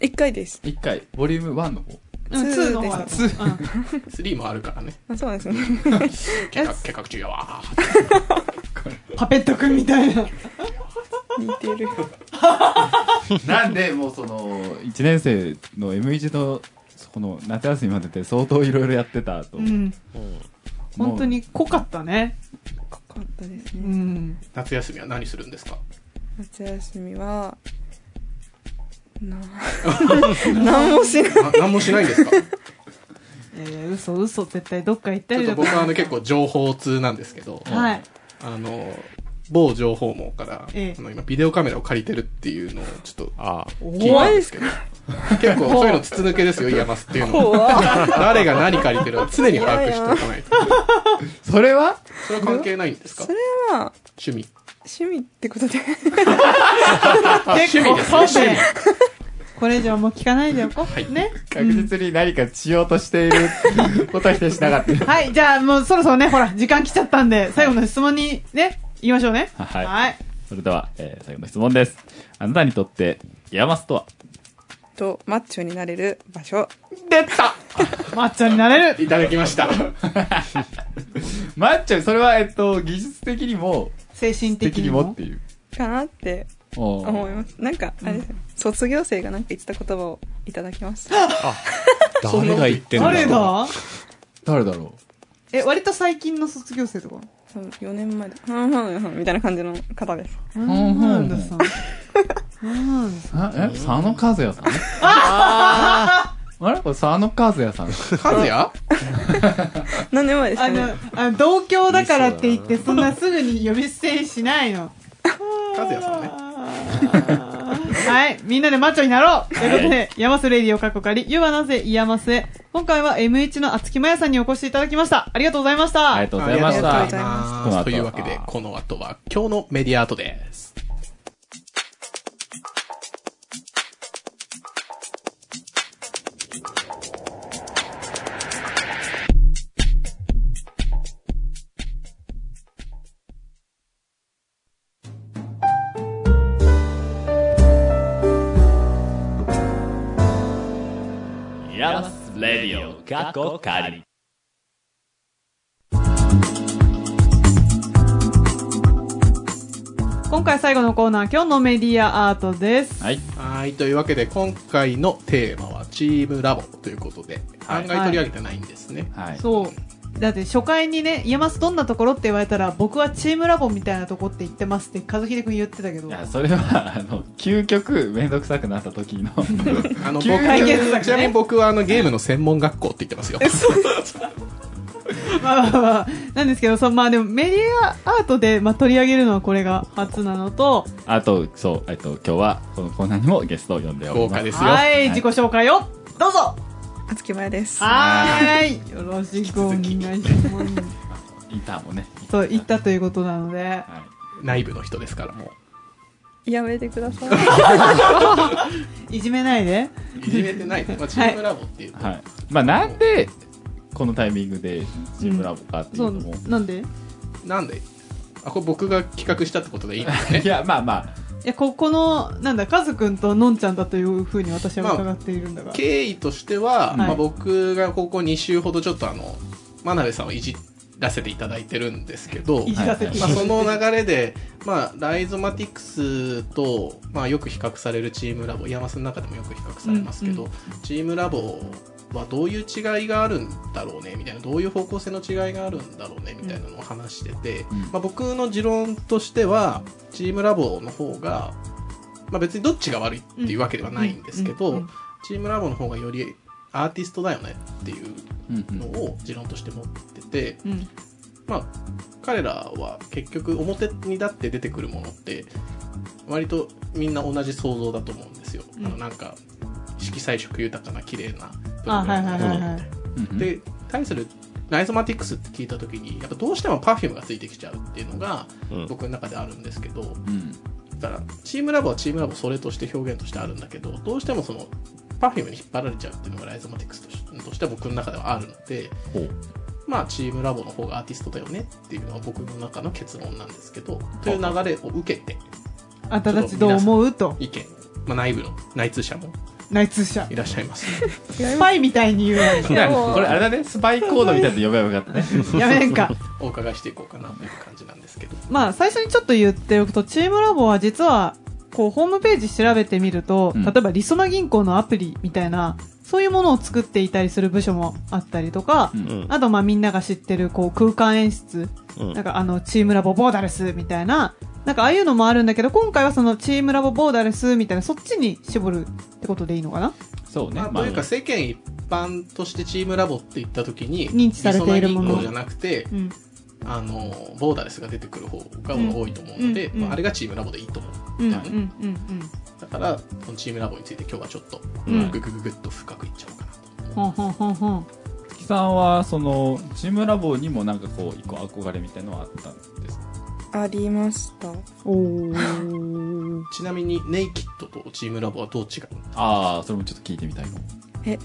Speaker 6: 一回です。
Speaker 1: ?1 回、ボリューム1の方。
Speaker 2: うん、
Speaker 6: ツー
Speaker 2: 2の方だ
Speaker 6: で
Speaker 2: と思う。うん
Speaker 3: 3もあるからね。
Speaker 6: あそうなんですね。
Speaker 3: 計画、計画中やわ。
Speaker 2: パペットくんみたいな。
Speaker 6: 似てる。
Speaker 1: <laughs> なんで、もうその、1年生の M1 の、この夏休みまでで相当いろいろやってたと。
Speaker 2: うん。本当に濃かったね。
Speaker 6: かかったです
Speaker 2: う
Speaker 6: ね。
Speaker 2: ん。
Speaker 3: 夏休みは何するんですか
Speaker 6: 夏休みは、な、なんもしない。
Speaker 3: な何もしないんですかち
Speaker 2: いやいや、嘘嘘、絶対どっか行った
Speaker 3: ょっ
Speaker 2: り
Speaker 3: と
Speaker 2: だと
Speaker 3: 僕は
Speaker 2: か
Speaker 3: あ。の結構情報通なんですけ <laughs> ど、
Speaker 2: はい。
Speaker 3: あの、某情報網から、
Speaker 2: ええ
Speaker 3: あの今ビデオカメラを借りてるっていうのをちょっと
Speaker 4: ああ。
Speaker 3: 聞いたんですけど、結構そういうの筒抜けですよ、イヤマスっていうのは。
Speaker 6: 怖
Speaker 3: <laughs> 誰が何借りてるか常に把握しておかないと。
Speaker 1: それは
Speaker 3: それは関係ないんですか
Speaker 6: それは、
Speaker 3: 趣味。
Speaker 6: 趣味ってことで。 <laughs>
Speaker 2: 結構そうで。これ以上もう聞かないでおこう。ね。
Speaker 1: 確実に何かしようとしていることは否定しなかった。
Speaker 2: はい、じゃあもうそろそろね、ほら、時間来ちゃったんで、最後の質問にね、言いましょうね。
Speaker 1: はい
Speaker 2: はい。
Speaker 1: それでは、えー最後の質問です。あなたにとって、ヤマスとは
Speaker 6: と、マッチョになれる場所。
Speaker 3: 出た
Speaker 2: マッチョになれる。
Speaker 3: いただきました。
Speaker 1: マッチョ、それは、えっと、技術的にも、
Speaker 2: 精神的
Speaker 1: 的に
Speaker 2: に
Speaker 1: もっ
Speaker 2: も
Speaker 1: て。いう。
Speaker 6: かなって
Speaker 1: おー
Speaker 6: 思います。なんか、あれですね、卒業生がなんか言ってた言葉をいただきました。
Speaker 4: 誰が言ってんだ
Speaker 2: 誰だ
Speaker 1: 誰だろ
Speaker 2: え、割と最近の卒業生とか。
Speaker 6: 多分4年前だ。ふんふんふんみたいな感じの方です。
Speaker 2: うんハンダさん。うんうん
Speaker 1: うあえ佐野和也さんあれこれ佐野和也さん。
Speaker 3: カズヤ
Speaker 6: 何年前です
Speaker 2: あ
Speaker 6: か
Speaker 2: の
Speaker 6: ね。、
Speaker 2: あの同郷だからって言って、そんなすぐに呼び捨てにしないの。
Speaker 3: カズヤさんね。
Speaker 2: はい。みんなでマッチョになろうということで、山瀬レディをかっこかり、湯はなぜイヤマスへ。今回は M1 の厚木まやさんにお越しいただきました。ありがとうございました。
Speaker 1: ありがとうございまし
Speaker 6: あり
Speaker 1: た
Speaker 6: がとうございまし。た
Speaker 1: した
Speaker 3: というわけで、この後は今日のメディアアートです。
Speaker 1: ヤマスレディオ、過去仮。
Speaker 2: 今回最後のコーナー、今日のメディアアートです。
Speaker 1: はい。
Speaker 3: はい、というわけで、今回のテーマはチームラボということで、
Speaker 1: はい
Speaker 3: 案外取り上げてないんですね。
Speaker 1: はい。
Speaker 2: そう。だって初回にね、イヤマスどんなところって言われたら、僕はチームラボみたいなとこって言ってますって、和秀くん言ってたけど
Speaker 1: い。や、それは、あの、究極、めんどくさくなった時の、
Speaker 3: あの、僕、
Speaker 1: 急に
Speaker 2: 解決策ね
Speaker 3: ちなみに僕はあのゲームの専門学校って言ってますよ。
Speaker 2: まあまあまあ、 <laughs> なんですけど、そうまあでもメディアアートで、まあ、取り上げるのはこれが初なのと、
Speaker 1: <laughs> あと、そう、えっと、今日は、このコーナーにもゲストを呼んでおります。
Speaker 3: 豪華ですよ
Speaker 2: はい、自己紹介を、どうぞ
Speaker 6: あつきまやです。
Speaker 2: はーいよろしくお願いします。
Speaker 1: インターもね。
Speaker 2: そう、言ったということなので、
Speaker 1: はい。
Speaker 3: 内部の人ですから、も
Speaker 6: やめてください。
Speaker 2: いじめないで。
Speaker 3: う。いじめてない。まあ、チームラボっていう。
Speaker 1: はい。まあ、なんで、このタイミングで、チームラボかってい
Speaker 2: そうう
Speaker 1: のも、、
Speaker 2: なんでい
Speaker 3: なんで、あ、これ僕が企画したってことでいいんですね
Speaker 1: い。や、まあまあ、
Speaker 2: や、ここの、なんだ、カズくんとのんちゃんだというふうに私は伺っているんだが。
Speaker 3: 経緯としては、ま
Speaker 2: は
Speaker 3: あ、
Speaker 2: い
Speaker 3: 僕がここ2週ほどちょっとあの、真鍋さんをいじらせていただいてるんですけど、
Speaker 2: いじらせて
Speaker 3: まあ、その流れで、まあ、ライゾマティクスと、まあ、よく比較されるチームラボ山瀬の中でもよく比較されますけど、
Speaker 2: うん
Speaker 3: チームラボはどういう違いがあるんだろうねみたいなどういう方向性の違いがあるんだろうねみたいなのを話してて、
Speaker 1: うん
Speaker 3: まあ、僕の持論としてはチームラボの方が、まあ、別にどっちが悪いっていうわけではないんですけど、
Speaker 2: うんうんうん
Speaker 3: チームラボの方がよりアーティストだよねっていう
Speaker 1: うんう
Speaker 3: の
Speaker 1: ん。
Speaker 3: を持論として持ってて。
Speaker 2: うん。
Speaker 3: まあ、彼らは結局表に立って出てくるものって割とみんな同じ想像だと思うんですよ、
Speaker 2: うん
Speaker 3: あのなんか色彩色豊かな綺麗なプ
Speaker 2: あ、
Speaker 3: ログ
Speaker 2: は
Speaker 3: ラ
Speaker 2: い
Speaker 3: ム
Speaker 2: はい
Speaker 3: だな
Speaker 2: はいはい。
Speaker 1: うん
Speaker 3: で対するライゾマティクスって聞いた時にやっぱどうしても Perfume がついてきちゃうっていうのが
Speaker 4: うん
Speaker 3: 僕の中であるんですけど、
Speaker 1: うん。
Speaker 3: だからチームラボはチームラボそれとして表現としてあるんだけどどうしてもその Perfume に引っ張られちゃうっていうのがライゾマティクスとしとしては僕の中ではあるので
Speaker 1: ほう
Speaker 3: まあチームラボの方がアーティストだよねっていうのが僕の中の結論なんですけどという流れを受けて
Speaker 2: あんたたちどう思うと。
Speaker 3: 意見、まあ、内部の内通者も
Speaker 2: 内通者。
Speaker 3: いらっしゃいます
Speaker 1: <laughs>
Speaker 2: スパイみたいに言うなんて
Speaker 6: いやもう
Speaker 1: これあれだね、スパイコードみたいなやつ呼べばよかったね。
Speaker 2: やめんか。
Speaker 3: お伺いしていこうかなという感じなんですけど
Speaker 2: まあ、最初にちょっと言っておくと、チームラボは実は、こう、ホームページ調べてみると、
Speaker 1: うん
Speaker 2: 例えば、りそな銀行のアプリみたいな、そういうものを作っていたりする部署もあったりとか、
Speaker 1: うん
Speaker 4: うん。
Speaker 2: あと、まあ、みんなが知ってる、こう、空間演出。
Speaker 4: うん
Speaker 2: なんか、あの、チームラボボーダレスみたいな、なんか、ああいうのもあるんだけど、今回はその、チームラボボーダレスみたいな、そっちに絞るってことでいいのかな
Speaker 1: そうね
Speaker 3: まあ、。
Speaker 1: まあ
Speaker 3: というか世間一般としてチームラボって言った時に
Speaker 2: 認知されているもの
Speaker 3: 理想な銀行じゃなくて、
Speaker 2: うん。
Speaker 3: あのボーダレスが出てくる方が多いと思うので、
Speaker 2: うんうん
Speaker 3: まあ、あれがチームラボでいいと思う
Speaker 2: うん、うん、うん
Speaker 3: だ,、ね、だからこのチームラボについて今日はちょっと
Speaker 2: うん
Speaker 3: ググググッと深くいっちゃおうかなと、
Speaker 2: うん。ほんほんほんほん。
Speaker 1: 木さんは、その、チームラボにもなんかこう、一個憧れみたいのはあったんですか
Speaker 6: ありました。
Speaker 2: おー。
Speaker 3: ちなみにネイキッドとチームラボはどう違う
Speaker 1: ああ、それもちょっと聞いてみたいかも。
Speaker 6: え、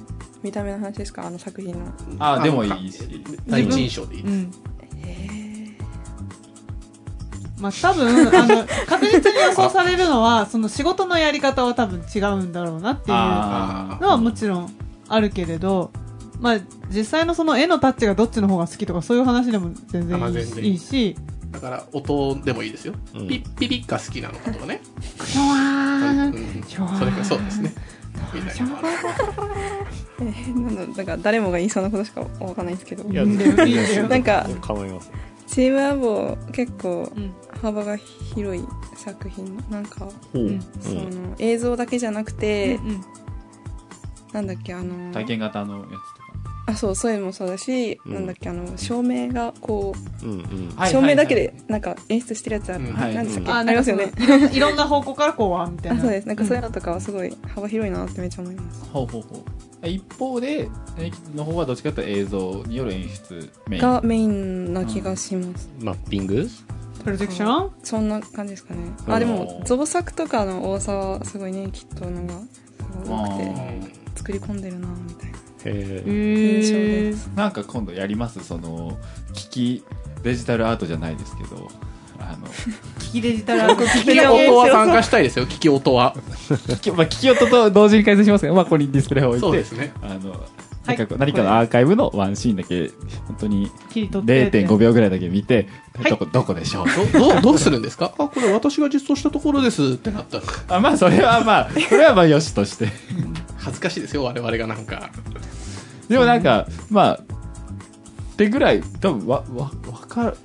Speaker 6: 見た目の話ですかあの作品の。
Speaker 1: ああ、でも
Speaker 3: の
Speaker 1: いいし。
Speaker 3: 第一印象でいい、
Speaker 2: うん。
Speaker 6: えー、
Speaker 2: まあ、多分、あの、確実に予想されるのは、その仕事のやり方は多分違うんだろうなっていうの
Speaker 1: あ
Speaker 2: はもちろんあるけれど、まあ、実際のその絵のタッチがどっちの方が好きとかそういう話でも全
Speaker 3: あ
Speaker 2: 然
Speaker 3: まあ
Speaker 2: いい
Speaker 3: 全
Speaker 2: し
Speaker 3: 然
Speaker 2: いいし、
Speaker 3: だから音でもいいですよ、
Speaker 4: うん
Speaker 3: ピッピピッが好きなのかとかね、
Speaker 2: ひょわーん
Speaker 3: うん
Speaker 2: ひょわー
Speaker 3: それかそうですねみたい
Speaker 2: ひょ
Speaker 3: なの
Speaker 2: わ
Speaker 3: がある
Speaker 6: えーなんだろうなんか誰もが言いそうなことしかわかんないんですけど。
Speaker 4: いや、
Speaker 2: いいんだよいいんだよ
Speaker 6: なんか、
Speaker 4: 構いません。
Speaker 6: チームラボ結構
Speaker 2: うん
Speaker 6: 幅が広い作品。なんか、
Speaker 1: ほ
Speaker 2: うん
Speaker 6: その映像だけじゃなくて、
Speaker 2: うん
Speaker 6: なんだっけ、あのー
Speaker 1: 体験型のやつと
Speaker 6: あ、そう、そういうのもそうだし、
Speaker 4: うん
Speaker 6: なんだっけ、あの、照明かこう、
Speaker 4: うんうん。
Speaker 1: か。
Speaker 6: 照明だけで、なんか演出してるやつある、
Speaker 3: うん
Speaker 1: はい
Speaker 6: なんでしたっけ、
Speaker 2: あ
Speaker 6: ありますよね。
Speaker 2: なんかそのいろんな方向からこうはみたい
Speaker 6: あ
Speaker 2: な
Speaker 6: そうですなんかそういうのとかはすごい幅広いなってめっちゃ思います、
Speaker 1: ほうほうほう一方で演劇の方はどっちかというと映像による演出メイン
Speaker 6: がメインな気がします、
Speaker 4: マッピング
Speaker 2: プロジェクション
Speaker 6: そんな感じですかね
Speaker 4: う
Speaker 6: あ
Speaker 4: ん
Speaker 6: でも造作とかの多さはすごいねきっとのがすごい多く
Speaker 1: あ
Speaker 6: て作り込んでるなみたいな
Speaker 4: へえ。
Speaker 2: 印
Speaker 6: 印象です
Speaker 1: なんか今度やりますその機器デジタルアートじゃないですけどあの
Speaker 2: 聞きデジタルアート聞
Speaker 3: 聞き音は参加したいですよ聞き音は
Speaker 1: 機器、 <laughs> まあ、機器音と同時に解説しますけど、まあ、ここにディスプレイを置いて
Speaker 3: そうですね
Speaker 1: あの
Speaker 2: はい
Speaker 1: 何かこう何かのアーカイブのワンシーンだけ本当に0.5秒ぐらいだけ見て、
Speaker 2: はい
Speaker 1: どこどこで
Speaker 3: <laughs>
Speaker 1: しょう
Speaker 3: どどうどうするんですかあこれ私が実装したところですってなったら
Speaker 1: あまあそれはまあそれはまあよしとして
Speaker 3: 恥ずかしいですよ我々がなんか
Speaker 1: でもなんか、まあ、ってぐらい、多分わ、わ、わかる、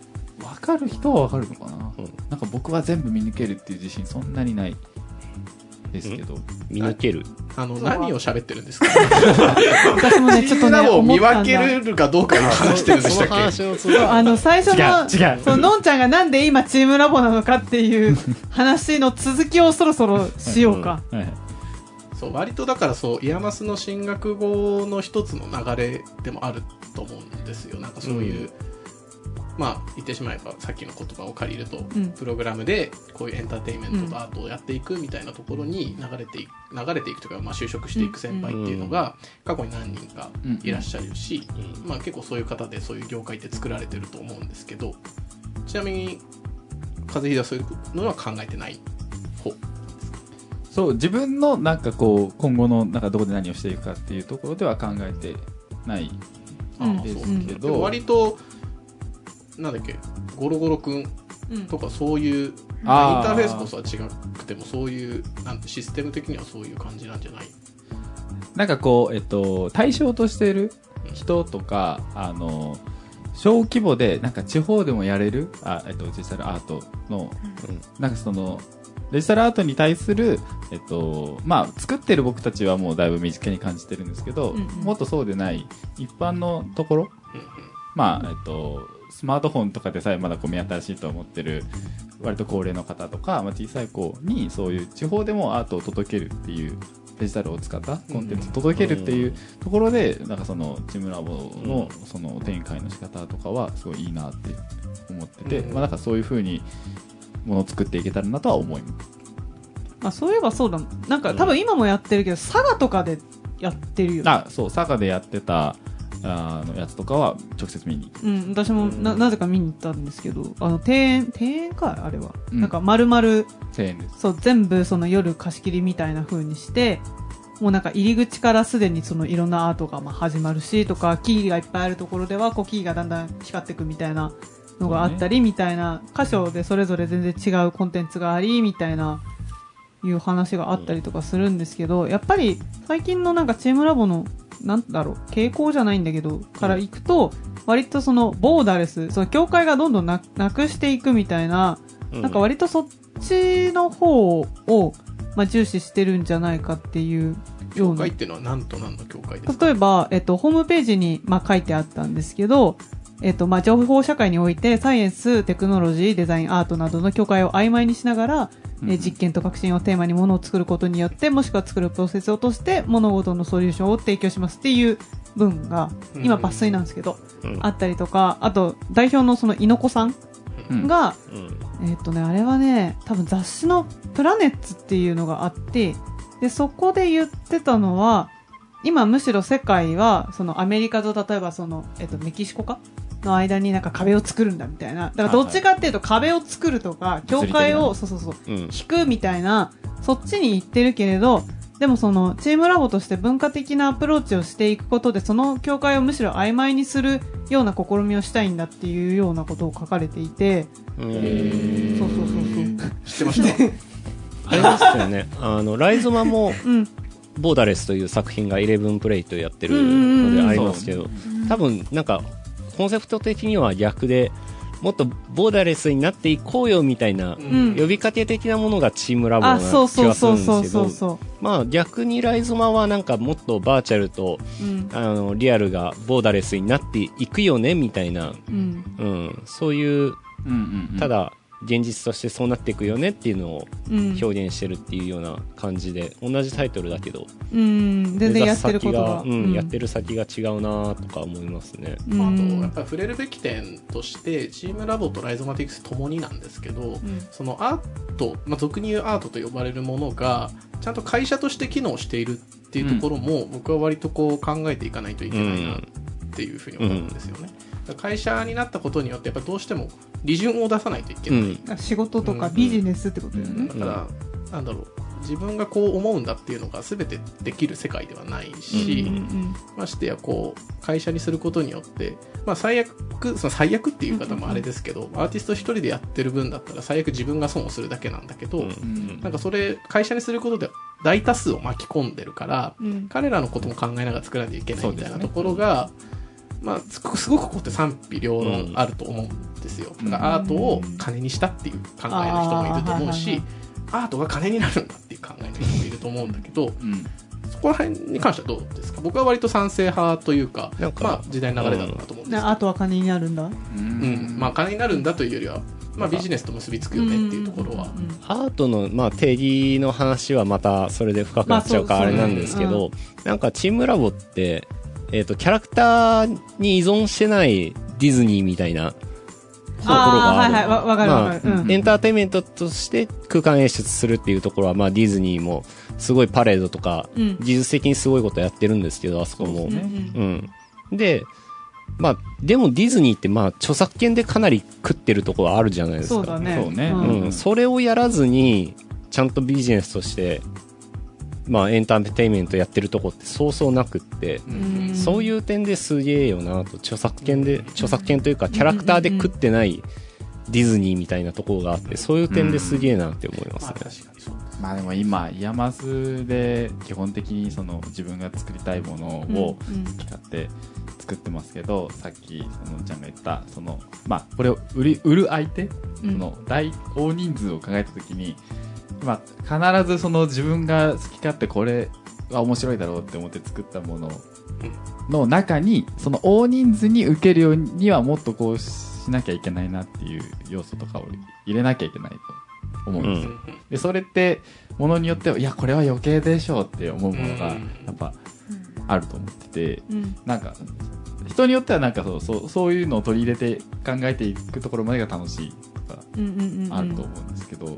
Speaker 1: わかる人はわかるのかな、
Speaker 4: うん
Speaker 1: なんか僕は全部見抜けるっていう自信そんなにないですけど。
Speaker 4: 見抜ける。
Speaker 3: あの何を喋ってる
Speaker 2: <laughs>
Speaker 3: んですか
Speaker 2: 私もねち
Speaker 3: チ
Speaker 2: ょっ
Speaker 3: ー
Speaker 2: とね
Speaker 3: ム <laughs> ラボを
Speaker 2: 思っ
Speaker 3: 見
Speaker 2: たんだ
Speaker 3: 分けるかどうかの話してるんでしたっけ
Speaker 4: の続き
Speaker 2: あの、最初の、
Speaker 1: 違う違う
Speaker 2: その、のんちゃんがなんで今チームラボなのかっていう話の続きをそろそろしようか。
Speaker 1: はいはい。
Speaker 3: そう割とだからそうイヤマスの進学後の一つの流れでもあると思うんですよなんかそういう、まあ言ってしまえばさっきの言葉を借りると、
Speaker 2: ん
Speaker 3: プログラムでこういうエンターテインメントとアートをやっていくみたいなところに流れていく流れていくというか、まあ、就職していく先輩っていうのが過去に何人かいらっしゃるし、まあ、結構そういう方でそういう業界って作られてると思うんですけどちなみに風邪ひだそういうのは考えてない方
Speaker 1: そう、自分のなんかこう、今後のなんかどこで何をしていくかっていうところでは考えてない
Speaker 2: うん
Speaker 1: で
Speaker 3: そう
Speaker 1: すけ
Speaker 3: でも
Speaker 1: ど、
Speaker 3: 割となんだっけゴロゴロくん
Speaker 2: うん
Speaker 3: とかそういう、
Speaker 1: あー
Speaker 3: インターフェースこそは違くてもそういうなんてシステム的にはそういう感じなんじゃない
Speaker 1: なんかこう、えっと、対象としている人とか、あの、小規模で、なんか地方でもやれる、あ、えっと、デジタルアートの、なんかその、デジタルアートに対する、えっと、まあ、作ってる僕たちはもうだいぶ身近に感じてるんですけど、
Speaker 2: うんうん
Speaker 1: もっとそうでない、一般のところ、まあ、えっと、スマートフォンとかでさえまだこう目新しいと思ってる、割と高齢の方とか、まあ、小さい子にそういう地方でもアートを届けるっていう、デジタルを使ったコンテンツを届けるっていうところで、なんかその、チームラボのその展開の仕方とかは、すごいいいなって思ってて、
Speaker 3: うん
Speaker 1: まあ、なんかそういうふうに、ものを作っていけたらなとは思います。
Speaker 2: あ、そういえばそうだ。なんか、多分今もやってるけど、佐賀とかでやってるよ。
Speaker 1: あそう佐賀でやってたあのやつとかは直接見に行く
Speaker 2: うん、私もな、なぜか見に行ったんですけど、あの、庭園、庭園か、あれは。
Speaker 1: うん
Speaker 2: なんか、丸々、
Speaker 1: 1000円です
Speaker 2: そう、全部その夜貸し切りみたいな風にして、もうなんか入り口からすでにそのいろんなアートがまあ始まるしとか、木々がいっぱいあるところでは、こう木々がだんだん光ってくみたいなのがあったりみたいな、箇所でそれぞれ全然違うコンテンツがありみたいな、いう話があったりとかするんですけど、やっぱり最近のなんかチームラボの、なんだろう、傾向じゃないんだけど、から行くと、割とそのボーダーレス、その境界がどんどんななくしていくみたいな、なんか割とそっちの方を、まあ、重視してるんじゃないかっていうよ
Speaker 3: 教
Speaker 2: うな
Speaker 3: 会っ。ていうのは何と何の教会ですか
Speaker 2: 例えば、えっと、ホームページに、まあ、書いてあったんですけど、えっと、まあ、情報社会において、サイエンス、テクノロジー、デザイン、アートなどの境界を曖昧にしながら、えー実験と革新をテーマにものを作ることによって、もしくは作るプロセスを通して、物事のソリューションを提供しますっていう文が、今抜粋なんですけど、
Speaker 4: うん
Speaker 2: あったりとか、あと、代表のその猪子さんが、
Speaker 4: うん
Speaker 2: えっ、とね、あれはね、多分雑誌のプラネッツっていうのがあって、で、そこで言ってたのは、今むしろ世界は、そのアメリカと例えばその、えっ、と、メキシコかの間になんか壁を作るんだみたいな。だからどっちかっていうと壁を作るとか、境界
Speaker 1: 物理的
Speaker 2: を、
Speaker 1: な
Speaker 2: そうそうそう、
Speaker 4: うん
Speaker 2: 引くみたいな、そっちに行ってるけれど、でもそのチームラボとして文化的なアプローチをしていくことで、その境界をむしろ曖昧にするような試みをしたいんだっていうようなことを書かれていて、そうそうそう
Speaker 3: 知ってました
Speaker 4: あれですよねあのライゾマも
Speaker 2: そう。うん。
Speaker 4: ボーダレスという作品がイレブンプレイとやってる
Speaker 2: うんうんうん
Speaker 4: のでありますけど、多分なんかコンセプト的には逆でもっとボーダレスになっていこうよみたいな、
Speaker 2: <laughs> うん
Speaker 4: 呼びかけ的なものがチームラボな
Speaker 2: あ、
Speaker 4: 気
Speaker 2: そう
Speaker 4: がす
Speaker 2: そ
Speaker 4: る
Speaker 2: うそうんそう
Speaker 4: です
Speaker 2: そう
Speaker 4: けど
Speaker 2: そ
Speaker 4: まあ逆にライゾマはなんかもっとバーチャルと
Speaker 2: う。うん。
Speaker 4: あのリアルがボーダレスになっていくよねみたいな、
Speaker 2: うん。
Speaker 4: うん、そういう
Speaker 1: うんうんうん
Speaker 4: ただ現実としてそうなっていくよねっていうのを
Speaker 2: うん。
Speaker 4: 表現してるっていうような感じで同じタイトルだけど
Speaker 2: うん。全然やってること
Speaker 4: 目指す
Speaker 2: が。
Speaker 4: 先うんやってる先が違うなとか思いますね。
Speaker 2: うん。
Speaker 3: あと
Speaker 2: うん
Speaker 3: やっぱり触れるべき点としてチームラボとライゾマティクスともになんですけど、そのアート、まあ、俗に言うアートと呼ばれるものがちゃんと会社として機能しているっていうところも、僕は割とこう考えていかないといけないなっていうふうに思うんですよね、だから会社になったことによってやっぱどうしても利順を出さないといけ
Speaker 4: う
Speaker 3: ない、
Speaker 4: ん、
Speaker 2: あ仕事とかビジネスってことだよね。
Speaker 3: だから、なんだろう自分がこう思うんだっていうのが全てできる世界ではないし、
Speaker 2: うん
Speaker 3: ましてやこう会社にすることによって、まあ、最悪その最悪っていう言い方もあれですけど、アーティスト一人でやってる分だったら最悪自分が損をするだけなんだけど、
Speaker 4: うん
Speaker 1: うん
Speaker 3: なんかそれ会社にすることで大多数を巻き込んでるから
Speaker 2: うんうん。
Speaker 3: 彼らのことも考えながら作らなきゃいけないみたい
Speaker 1: そうです
Speaker 3: な
Speaker 1: ね
Speaker 3: ところが、まあ、すごくすごくここって賛否両論あると思うんですよ、
Speaker 1: うん
Speaker 3: だからアートを金にしたっていう考えの人もいると思う
Speaker 2: うん
Speaker 3: しアートが金になるんだっていう考えの人もいると思うんだけど
Speaker 1: うん
Speaker 3: そこら辺に関してはどうですか僕は割と賛成派というか
Speaker 4: なんか
Speaker 3: まあ、時代の流れだろうなと思うんですけど、
Speaker 2: なあとは金になるんだ。
Speaker 1: う
Speaker 3: うんまあ、金になるんだというよりは、まあ、ビジネスと結びつくよねっていうところは。
Speaker 2: うん
Speaker 4: アートの、まあ、定義の話はまたそれで深くなっちゃうか
Speaker 2: まあ
Speaker 4: らあ
Speaker 2: そう
Speaker 4: れなんですけど、なんかチームラボって、えっとキャラクターに依存してないディズニーみたいなところ
Speaker 2: あ
Speaker 4: が
Speaker 2: あ、
Speaker 4: あ
Speaker 2: はい
Speaker 4: る
Speaker 2: はい、わわかるわかる。
Speaker 1: まあ
Speaker 2: うん
Speaker 4: エンターテインメントとして空間演出するっていうところは、まあ、ディズニーもすごいパレードとか、
Speaker 2: うん
Speaker 4: 技術的にすごいことやってるんですけどあそこも。
Speaker 2: うんうん
Speaker 4: うん。で、まあ、でもディズニーって、まあ、著作権でかなり食ってるところあるじゃないですか。
Speaker 2: そうだね。
Speaker 1: そうね
Speaker 2: ん
Speaker 4: うん。それをやらずに、ちゃんとビジネスとして、まあ、エンターテインメントやってるとこってそうそうなくって、
Speaker 2: うん
Speaker 4: そういう点ですげえよなと、著作権で、著作権というか、キャラクターで食ってないディズニーみたいなところがあって、そういう点ですげえなって思います
Speaker 3: まあ、
Speaker 4: ね。
Speaker 3: 確かにそう
Speaker 1: まあでも今イヤマスで基本的にその自分が作りたいものを
Speaker 2: うんうん
Speaker 1: 使って作ってますけど、さっきそのちゃんが言ったそのまあこれを売り売る相手、
Speaker 2: うん
Speaker 1: その大大人数を考えた時にまあ必ずその自分が好き勝手これは面白いだろうって思って作ったものの中にその大人数に受けるようにはもっとこうしなきゃいけないなっていう要素とかを入れなきゃいけないと思うんですよ。
Speaker 4: うん
Speaker 1: でそれってものによってはいやこれは余計でしょうって思うものが
Speaker 3: うん
Speaker 1: やっぱあると思ってて
Speaker 2: うん
Speaker 1: なんか人によってはなんかそうそうそういうのを取り入れて考えていくところまでが楽しいとか
Speaker 2: うんうんうんうん
Speaker 1: あると思うんですけど、
Speaker 2: うん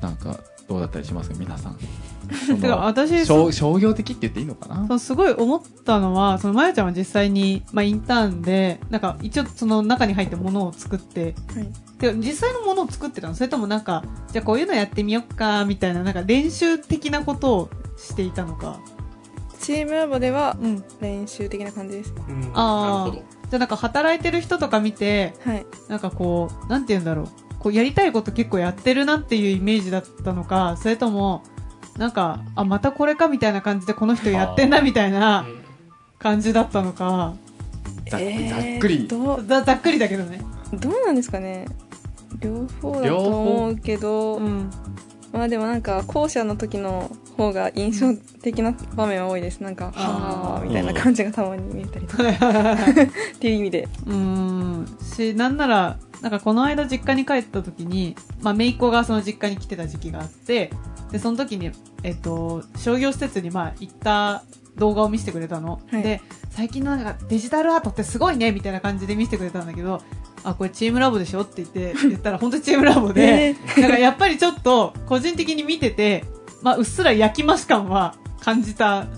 Speaker 1: なんかどうだったりしますか皆 <laughs> さん
Speaker 2: てか私
Speaker 1: 商商業的って言っていいのかな
Speaker 2: そうすごい思ったのはそのまやちゃんは実際に、まあ、インターンでなんか一応その中に入ってものを作って
Speaker 6: はい
Speaker 2: で実際のものを作ってたのそれともなんかじゃあこういうのやってみよっかみたいななんか練習的なことをしていたのか、
Speaker 6: チームラボでは
Speaker 2: うん、じ
Speaker 6: 練習的な感じです。
Speaker 3: うん
Speaker 2: あー
Speaker 3: なるほど。
Speaker 2: ゃあなんか働いてる人とか見て
Speaker 6: はい。
Speaker 2: なんかこうなんて言うんだろうこうやりたいこと結構やってるなっていうイメージだったのかそれともなんかあまたこれかみたいな感じでこの人やってんなみたいな感じだったのか
Speaker 1: ざっ
Speaker 6: えー
Speaker 1: ざっくり
Speaker 6: どう、
Speaker 2: ざざっくりだけどね。
Speaker 6: どうなんですかね。両方だと思うけど、
Speaker 2: うん
Speaker 6: まあでもなんか校舎の時の方が印象的な場面は多いです。なんか、
Speaker 2: あー
Speaker 6: はーみたいな感じがたまに見えた
Speaker 2: <laughs>
Speaker 6: りとか、っていう意味で。
Speaker 2: うーんしなんならなんかこの間実家に帰った時に、まあ、姪っ子がその実家に来てた時期があってでその時に、えっと、商業施設にまあ行った動画を見せてくれたの、
Speaker 6: はい
Speaker 2: で最近のなんかデジタルアートってすごいねみたいな感じで見せてくれたんだけどあこれチームラボでしょって言
Speaker 6: <laughs>
Speaker 2: って言ったら本当にチームラボで、
Speaker 6: え
Speaker 2: なんかやっぱりちょっと個人的に見てて、まあ、うっすら焼き増し感は感じたん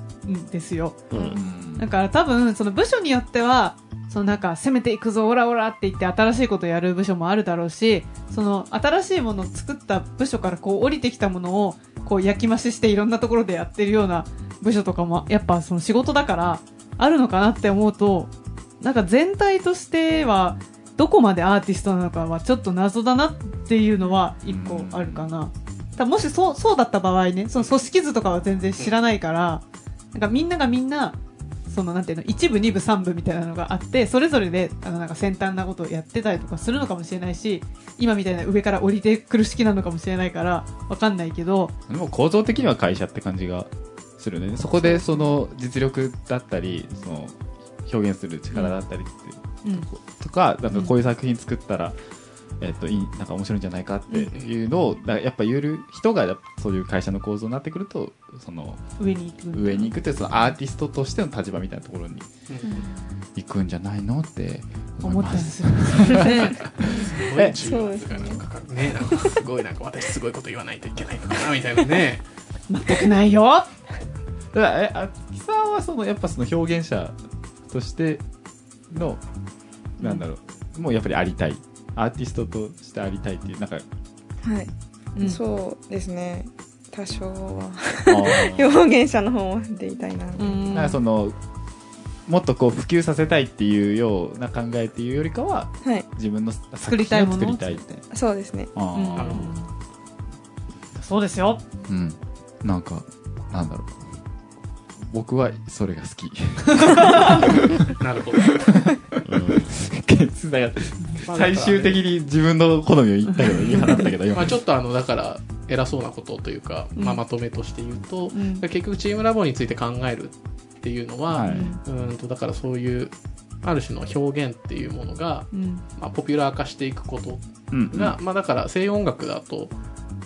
Speaker 2: ですよ。
Speaker 4: うん
Speaker 2: だから多分、その部署によっては、そのなんか攻めていくぞ、オラオラって言って新しいことをやる部署もあるだろうし、その新しいものを作った部署からこう降りてきたものをこう焼き増ししていろんなところでやってるような部署とかもやっぱその仕事だからあるのかなって思うと、なんか全体としてはどこまでアーティストなのかはちょっと謎だなっていうのは一個あるかな。ただもしそう、そうだった場合ね、その組織図とかは全然知らないから、なんかみんながみんな、そのなんていうの一部二部三部みたいなのがあってそれぞれであのなんか先端なことをやってたりとかするのかもしれないし今みたいな上から降りてくる式なのかもしれないからわかんないけど
Speaker 1: でも構造的には会社って感じがするねそこでその実力だったりその表現する力だったりって、
Speaker 2: うん
Speaker 1: とかなんかこういう作品作ったら、えっといいなんか面白いんじゃないかっていうのを、だからやっぱ言える人がやっぱそういう会社の構造になってくるとその
Speaker 2: 上に行く
Speaker 1: 上に行くってそのアーティストとしての立場みたいなところに行くんじゃないのって思
Speaker 2: 思
Speaker 1: い
Speaker 2: った
Speaker 1: ま
Speaker 2: り
Speaker 1: す。
Speaker 2: するんですよね
Speaker 1: え
Speaker 6: そうですね。
Speaker 3: ねなんかすごいなんか私すごいこと言わないといけないのかなみたいなね。
Speaker 2: 全くないよ
Speaker 1: だからえあきさんはそのやっぱその表現者としてのなんだろう、もうやっぱりありたいアーティストとしてありたいっていうなんか
Speaker 6: はい、
Speaker 2: うん
Speaker 6: そうですね。多少は
Speaker 1: あー
Speaker 6: 表現者の方も出いたいな。
Speaker 2: うん
Speaker 1: なんかそのもっとこう普及させたいっていうような考えっていうよりかは
Speaker 6: はい、
Speaker 1: 自分の
Speaker 2: 作
Speaker 1: 作
Speaker 2: りたい
Speaker 1: 品を
Speaker 2: も
Speaker 1: 作
Speaker 2: のを
Speaker 1: りたいって
Speaker 6: そうですね。
Speaker 1: あ
Speaker 2: うん <laughs>
Speaker 1: ー
Speaker 2: そうですよ
Speaker 1: うん、なんかなんだろう僕はそれが好き
Speaker 3: なる
Speaker 2: <laughs>
Speaker 3: ほど。
Speaker 1: なんか <laughs> 最終的に自分の好みを言ったけど言い放ったけど
Speaker 3: ま
Speaker 1: 今
Speaker 3: あちょっとあのだから偉そうなことというか、
Speaker 2: うん
Speaker 3: まあまとめとして言うと、
Speaker 2: ん
Speaker 3: 結局チームラボについて考えるっていうのは、
Speaker 1: は
Speaker 3: う
Speaker 1: い
Speaker 3: ーんとだからそういうある種の表現っていうものが、
Speaker 2: うん
Speaker 3: まあ、ポピュラー化していくこと
Speaker 1: うん
Speaker 3: が、まあだから西洋音楽だと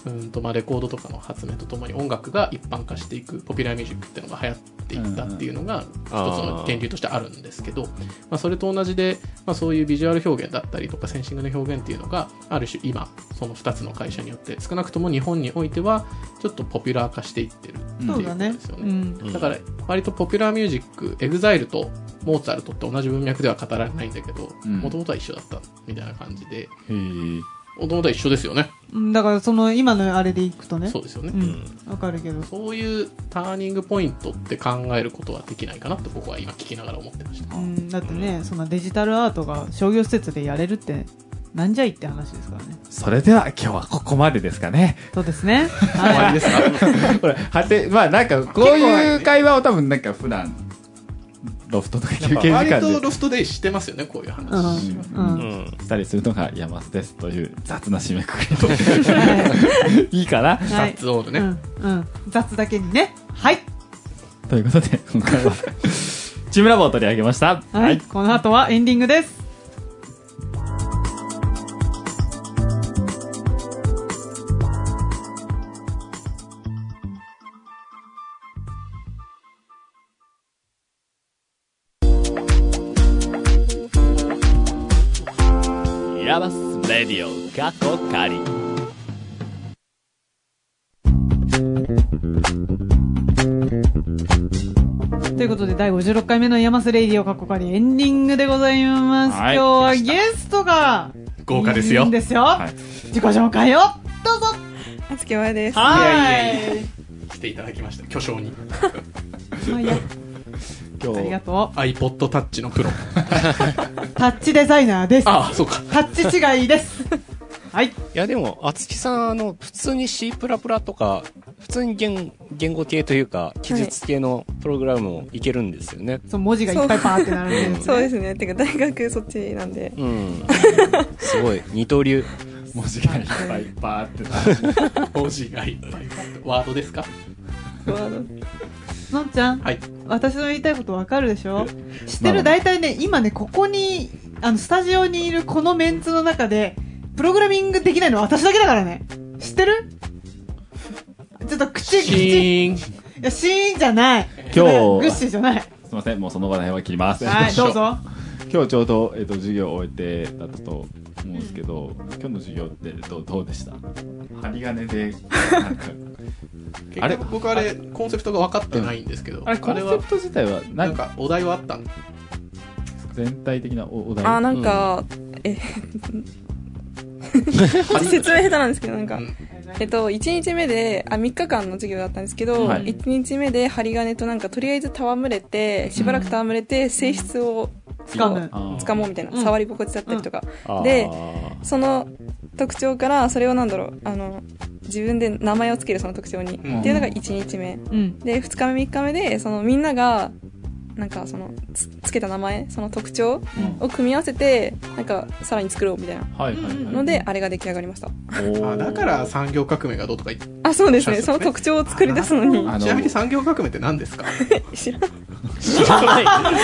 Speaker 3: うーんとまあレコードとかの発明とともに音楽が一般化していくポピュラーミュージックっていうのが流行っていったっていうのが一つの源流としてあるんですけど、まあ、それと同じで、まあ、そういうビジュアル表現だったりとかセンシングの表現っていうのがある種今その2つの会社によって少なくとも日本においてはちょっとポピュラー化していってるっていう
Speaker 2: そ
Speaker 3: こ
Speaker 2: う
Speaker 3: と
Speaker 2: だ
Speaker 3: で
Speaker 2: ね
Speaker 3: すよね。
Speaker 2: うん
Speaker 4: うん
Speaker 3: だから割とポピュラーミュージック、エグザイルとモーツァルトって同じ文脈では語られないんだけど
Speaker 1: うん、
Speaker 3: もともとは一緒だったみたいな感じで、
Speaker 1: へー
Speaker 3: もともとは一緒ですよね。
Speaker 2: うんだからその今のあれでいくとね
Speaker 3: そうですよ
Speaker 2: う
Speaker 3: ね。
Speaker 2: んわかるけど
Speaker 3: そういうターニングポイントって考えることはできないかなと僕は今聞きながら思ってました。
Speaker 2: うんだってねそんなデジタルアートが商業施設でやれるってなんじゃいって話ですからね
Speaker 1: それでは今日はここまでですかね。 <laughs>
Speaker 2: そうですね。
Speaker 1: 終わ
Speaker 2: は
Speaker 1: りですかこれ、はて、まあなんかこういう会話を多分なんか普段、ロフトとか休憩時
Speaker 3: 割
Speaker 1: 間
Speaker 3: と
Speaker 1: で
Speaker 3: ロフトでしてますよね、こういう話。
Speaker 2: い。うん。
Speaker 4: う
Speaker 2: うん。
Speaker 4: ん
Speaker 1: したりするのが山須ですという雑な締めくくりと。いいか
Speaker 3: <laughs>
Speaker 1: な
Speaker 2: はい。
Speaker 3: ズオール
Speaker 2: う
Speaker 3: ね。
Speaker 2: ん。うん。雑だけにね。はい。
Speaker 1: ということで、今回は、チームラボを取り上げました。
Speaker 2: はい。。この後はエンディングです。
Speaker 1: ヤバスレディオ過去仮。
Speaker 2: ということで、第56回目の山瀬レイディオかっこかりエンディングでございます。
Speaker 1: はい
Speaker 2: 今日は
Speaker 1: 来ま
Speaker 2: ゲストが、
Speaker 1: 豪華ですよ
Speaker 2: いるんですよ。
Speaker 1: はい
Speaker 2: 自己紹介を、どうぞ
Speaker 6: あつきまえです。
Speaker 2: はい。
Speaker 3: 来ていただきました巨匠に
Speaker 2: まあいいや
Speaker 1: <laughs> 今
Speaker 2: あり
Speaker 1: 日
Speaker 2: がと
Speaker 3: iPodTouch のプロ <laughs>
Speaker 2: う。タッチデザイナーです。
Speaker 3: ああそうか
Speaker 2: タッチ違
Speaker 1: <laughs>
Speaker 2: いです。はい。
Speaker 4: いやでも、厚木さん、あの、普通に C プラプラとか、普通に言言語系というか、記述系のプログラムもいけるんですよね。
Speaker 2: そう、文字がいっぱいパーって並んでるんです
Speaker 6: そう
Speaker 2: ね
Speaker 6: ですね。てか大学そっちなんで。
Speaker 4: うん。すごい、二刀流。
Speaker 1: 文字がいっぱいバーってな
Speaker 3: 文字がいっぱいワードですか
Speaker 6: ワード
Speaker 2: のんちゃん、
Speaker 3: はい
Speaker 2: 私の言いたいことわかるでしょ知ってる大体ね、今ね、ここに、あの、スタジオにいるこのメンツの中で、プログラミングできないのは私だけだからね。知ってるちょっと口、
Speaker 3: シ
Speaker 2: 口、い
Speaker 3: ーン
Speaker 2: や、シーンじゃない。
Speaker 1: 今
Speaker 2: グッ
Speaker 1: 日
Speaker 2: シーじゃない。
Speaker 1: すいませんもうその場の辺は切ります、
Speaker 2: はい、どうぞ。
Speaker 1: 今日ちょうど、えっと授業を終えてだったと思うんですけど今日の授業ってどうどうでした針金でなんかあ
Speaker 3: あ
Speaker 1: れ
Speaker 3: れ僕あれコンセプトが分かってないんですけど、
Speaker 1: あれコンセプト自体は
Speaker 3: な
Speaker 1: 何
Speaker 3: ん
Speaker 1: か
Speaker 3: かお題はあったん
Speaker 1: 全体的なおお題
Speaker 6: あ、なんか、え、 <laughs> 説明下手なんですけど、なんか、えっと、1日目で、あ、3日間の授業だったんですけど、
Speaker 1: はい
Speaker 6: 1日目で針金となんか、とりあえず戯れて、しばらく戯れて、性質を
Speaker 2: 掴む。
Speaker 1: あー
Speaker 6: つかもうみたいな、
Speaker 2: うん
Speaker 6: 触り心地だったりとか、
Speaker 4: あー
Speaker 6: でその特徴から、それをなんだろう、あの、自分で名前をつけるその特徴に、
Speaker 3: うん
Speaker 6: っていうのが1日目。
Speaker 2: うん。
Speaker 6: で、2日目、3日目で、そのみんなが、なんかそのつ、つけた名前、その特徴を組み合わせて、なんか、さらに作ろうみたいな。
Speaker 1: はいはいはい
Speaker 6: ので、あれが出来上がりました。
Speaker 3: あ
Speaker 1: <laughs>
Speaker 3: だから産業革命がどうとか言って
Speaker 6: あ、そうですね。
Speaker 3: そ
Speaker 6: そうの
Speaker 3: ですね
Speaker 6: 特徴を作り出すのに。
Speaker 1: あ
Speaker 3: ちなみに
Speaker 1: の
Speaker 3: 産業革命って何ですか
Speaker 6: 知らん
Speaker 2: わかん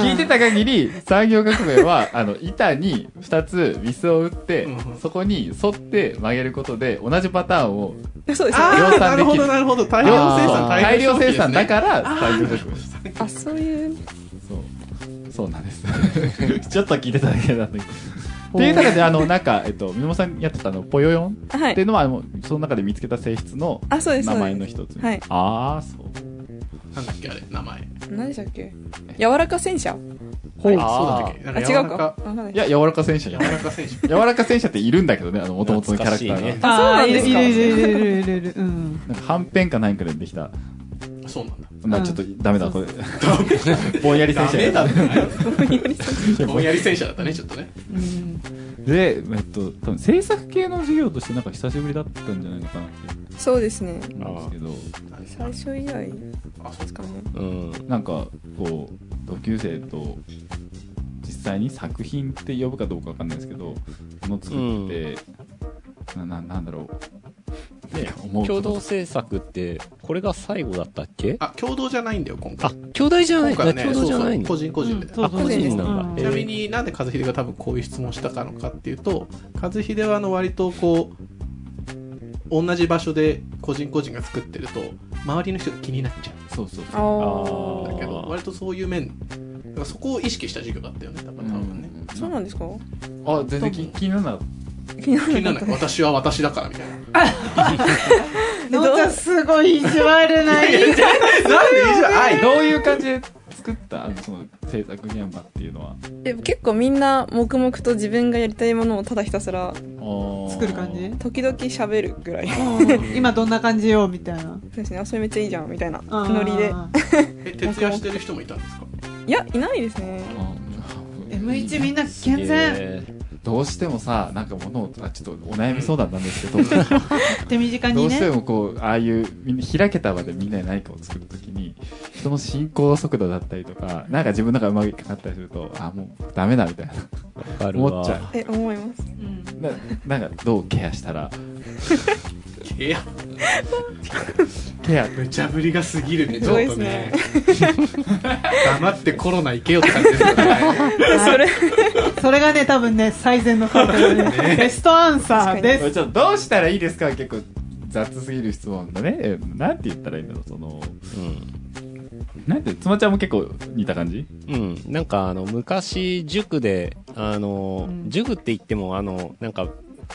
Speaker 1: 聞いてた限り産業革命はあの板に2つビスを打って
Speaker 3: うんうん
Speaker 1: そこに沿って曲げることで同じパターンを
Speaker 6: そうですよね。
Speaker 1: 量
Speaker 3: ああ <laughs> な
Speaker 1: 産
Speaker 3: る
Speaker 1: で
Speaker 3: ほ
Speaker 1: き
Speaker 3: ど
Speaker 1: る
Speaker 3: なるほど大量生産
Speaker 1: あー大量生産だ
Speaker 3: ら
Speaker 1: から産業革命
Speaker 6: あ、そういう。
Speaker 1: そうそうなんですちょっと聞いてただけなんだけどっていう中であのなんかえっとみのもさんやってたあのポヨヨンっ
Speaker 6: は
Speaker 1: てい
Speaker 6: い。
Speaker 1: うのはあのその中で見つけた性質の
Speaker 6: あ、そうです。
Speaker 1: 名
Speaker 6: そうです
Speaker 1: 前の一つ
Speaker 6: はい。
Speaker 1: ああそう
Speaker 3: なんだっけあれ名前
Speaker 6: 何でしたっけ柔らか戦車
Speaker 3: ほうそう
Speaker 4: あー
Speaker 3: だっけなんか
Speaker 6: あ、違
Speaker 3: 柔
Speaker 6: う
Speaker 3: ら
Speaker 6: か。
Speaker 3: か
Speaker 6: わかんない
Speaker 1: いや柔らか戦車じゃ
Speaker 3: 柔 <laughs>
Speaker 1: ない
Speaker 3: らか選手
Speaker 1: 柔らか戦車っているんだけどねあの元々のキャラクターが、
Speaker 4: 懐かしいね
Speaker 6: あそうなんですか
Speaker 2: あーいるいるいるいるいるいる。うん。
Speaker 1: なんかはんぺんか何かでできた
Speaker 3: そうなんだ
Speaker 1: まあ
Speaker 2: うん
Speaker 1: ちょっとダメだこれぼんやり戦
Speaker 3: ダ
Speaker 1: 車
Speaker 3: メだね
Speaker 1: いや
Speaker 3: ぼんやり戦車だったねちょっとね
Speaker 2: うん
Speaker 1: でえっと多分制作系の授業としてなんか久しぶりだったんじゃないのかなって
Speaker 6: そうですね。
Speaker 1: 思うんですけど
Speaker 6: 最初以来
Speaker 3: あそ
Speaker 6: ですかね。
Speaker 4: うん。
Speaker 1: なんかこう同級生と実際に作品って呼ぶかどうかわかんないですけどもの作って、なななんだろう
Speaker 4: で
Speaker 1: なんか思う
Speaker 4: 共
Speaker 1: こと
Speaker 4: 同制作って、これが最後だったっけ
Speaker 3: あ共同じゃないんだよ今
Speaker 4: あ
Speaker 3: 回、
Speaker 4: 兄弟じゃな
Speaker 3: 今
Speaker 4: い
Speaker 3: 回はね
Speaker 4: 共同じゃない
Speaker 3: そうそう個人個人
Speaker 2: そう
Speaker 3: で、
Speaker 2: そう
Speaker 4: あ個人
Speaker 2: なんだ
Speaker 3: ちなみになんで和秀が多分こういう質問したかのかっていうと和秀はあの割とこう同じ場所で個人個人が作ってると周りの人が気になっちゃ
Speaker 1: そうそうそう
Speaker 6: あ
Speaker 3: うんだけど
Speaker 1: あー
Speaker 3: 割とそういう面だからそこを意識した授業だったよね多分多分ね、
Speaker 6: あ。そうなんですか
Speaker 1: あ全然気気にならなかっ
Speaker 6: 気にな
Speaker 3: 気にならな
Speaker 6: らな
Speaker 3: <laughs>
Speaker 6: か
Speaker 3: い
Speaker 6: っ
Speaker 3: 私は私だからみたいな
Speaker 2: のんちゃんすごい意地悪な言い方
Speaker 3: なんでいいじゃん
Speaker 1: た
Speaker 3: 愛
Speaker 1: どういう感じで作ったあのその制作現場っていうのは
Speaker 6: た。でも結構みんな黙々と自分がやりたいものをただひたすら、
Speaker 2: 作る感じ
Speaker 6: 時々喋るぐらい。 <laughs>
Speaker 2: うん今どんな感じよみたいな
Speaker 6: そうですね。あ、それめっちゃいいじゃん、みたいな
Speaker 2: あー
Speaker 6: ノリで。
Speaker 3: え徹夜してる人もいたんですか
Speaker 6: いや、いないですね。
Speaker 2: M1 みんな
Speaker 4: え
Speaker 2: 健全
Speaker 4: ー
Speaker 1: どうしてもさなんか物をあちょっとお悩み相談なんですけど、
Speaker 2: 手短
Speaker 1: ど
Speaker 2: に
Speaker 1: うして
Speaker 2: ね
Speaker 1: もこうああいうみんな開けた場でみんなで何かを作るときに人の進行速度だったりとかなんか自分の中うまくいかなかったりするとあもうダメだみたいな
Speaker 4: わかるわ。
Speaker 1: 思っちゃ
Speaker 6: え、思います。
Speaker 2: うん
Speaker 1: うななんかどうケアしたら
Speaker 3: いや
Speaker 1: ケア
Speaker 3: 無茶ぶりが過ぎるね
Speaker 6: すごいですね
Speaker 3: ちょっとね <laughs> 黙ってコロナ行けよって感じですよね
Speaker 6: それ、
Speaker 2: それがね多分ね最善の答えだねベストアンサー
Speaker 1: ちょ
Speaker 2: で
Speaker 1: っとどうしたらいいですか結構雑すぎる質問だねえなんて言ったらいいんだろうその
Speaker 4: うん。
Speaker 1: なんてつまちゃんも結構似た感じ
Speaker 4: うん。なんか、あの、昔、塾で、あの、
Speaker 2: うん
Speaker 4: 塾って言っても、あの、なんか、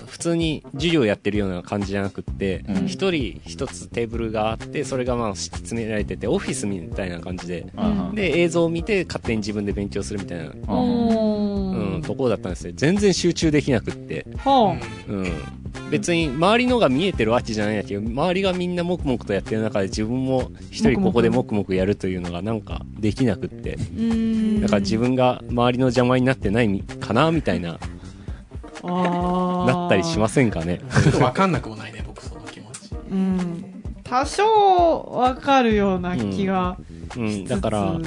Speaker 4: 普通に授業やってるような感じじゃなくって
Speaker 1: うん
Speaker 4: 一、人一つテーブルがあってそれがまあ敷き詰められててオフィスみたいな感じで
Speaker 1: うん
Speaker 4: で映像を見て勝手に自分で勉強するみたいな、
Speaker 1: うんうん
Speaker 4: うん、ところだったんですよ全然集中できなくって、
Speaker 2: ほ
Speaker 4: うん、別に周りのが見えてるわけじゃないんだけど周りがみんな黙々とやってる中で自分も一人ここで黙々やるというのがなんかできなくって
Speaker 2: う。うん。
Speaker 4: だから自分が周りの邪魔になってないかなみたいな
Speaker 2: あー
Speaker 4: なったりしませんかね
Speaker 3: ちょっとわかんなくもないね、僕、その気持ち。
Speaker 2: うん。多少わかるような気が
Speaker 4: う
Speaker 2: しつ
Speaker 4: ん、
Speaker 2: つ。
Speaker 4: だから、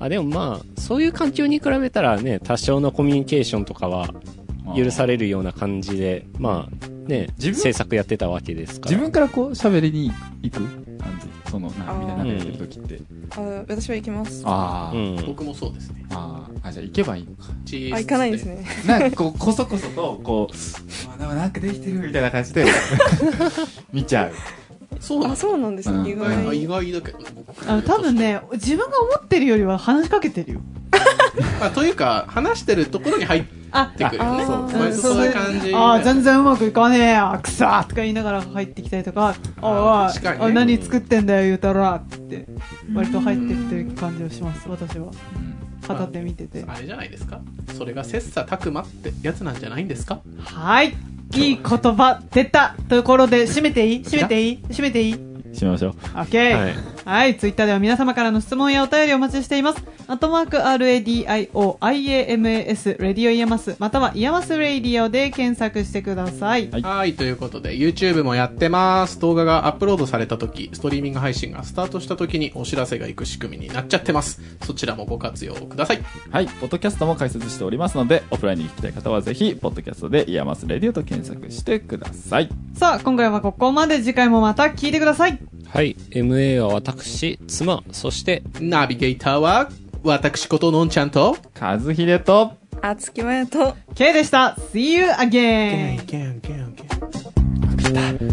Speaker 4: あ、でもまあ、そういう環境に比べたらね、多少のコミュニケーションとかは許されるような感じで、まあ、ね、
Speaker 1: 自分
Speaker 4: 制作やってたわけですから。
Speaker 1: 自分からこう喋りに行く感じそのなみんな仲良くやってる時って
Speaker 6: あ私は行きますあ
Speaker 1: あー
Speaker 4: うん。
Speaker 3: 僕もそうですね。
Speaker 1: あーあじゃあ行けばいいのか
Speaker 3: 行
Speaker 6: 行かないんです。ね
Speaker 1: なんかこうこそこそとこうあでもなんかできてるみたいな感じ <laughs> で見ちゃう
Speaker 3: そうなん
Speaker 6: あ
Speaker 3: です
Speaker 6: そうなんですね意
Speaker 1: うん
Speaker 3: あ
Speaker 6: 外
Speaker 3: 意外だけどね、僕
Speaker 2: あの多分ね、自分が思ってるよりは話しかけてるよ。
Speaker 3: あというか、話してるところに入っ
Speaker 2: あ、
Speaker 3: てくるよね。
Speaker 6: あ
Speaker 3: そう
Speaker 6: あ
Speaker 3: そうそういう感じ。
Speaker 2: ああ、全然うまくいかねえや、くさーとか言いながら入ってきたりとか、
Speaker 3: あ
Speaker 2: あ
Speaker 3: ー
Speaker 2: おい、
Speaker 3: 確かにね
Speaker 2: おい何作ってんだよ、言うたら、って、割と入ってきてる感じをします、私は。片手見てて。
Speaker 3: あれじゃないですかそれが切磋琢磨ってやつなんじゃないんですか
Speaker 2: はい、いい言葉出たところで、締めていい締めていい締めていい
Speaker 1: しましょう
Speaker 2: OK!
Speaker 4: は
Speaker 2: はいい、ツイッターでは皆様からの質問やお便りをお待ちしています。アットマーク RADIOIAMAS、レディオイヤマス、またはイヤマスレディオで検索してください。
Speaker 1: はい
Speaker 3: はい、ということで、YouTube もやってます。動画がアップロードされた時、ストリーミング配信がスタートした時にお知らせが行く仕組みになっちゃってます。そちらもご活用ください。
Speaker 1: はいポッドキャストも開設しておりますのでオフラインに行きたい方はぜひポッドキャストでイヤマスレディオと検索してください
Speaker 2: さあ、今回はここまで。次回もまた聞いてください。
Speaker 4: はい。MA は私、妻、そして、
Speaker 3: ナビゲーターは、私ことのんちゃんと、
Speaker 1: 和秀と
Speaker 6: あつきまやと
Speaker 2: K でした。See you again!
Speaker 3: ゲンゲンゲンゲン
Speaker 1: あ来た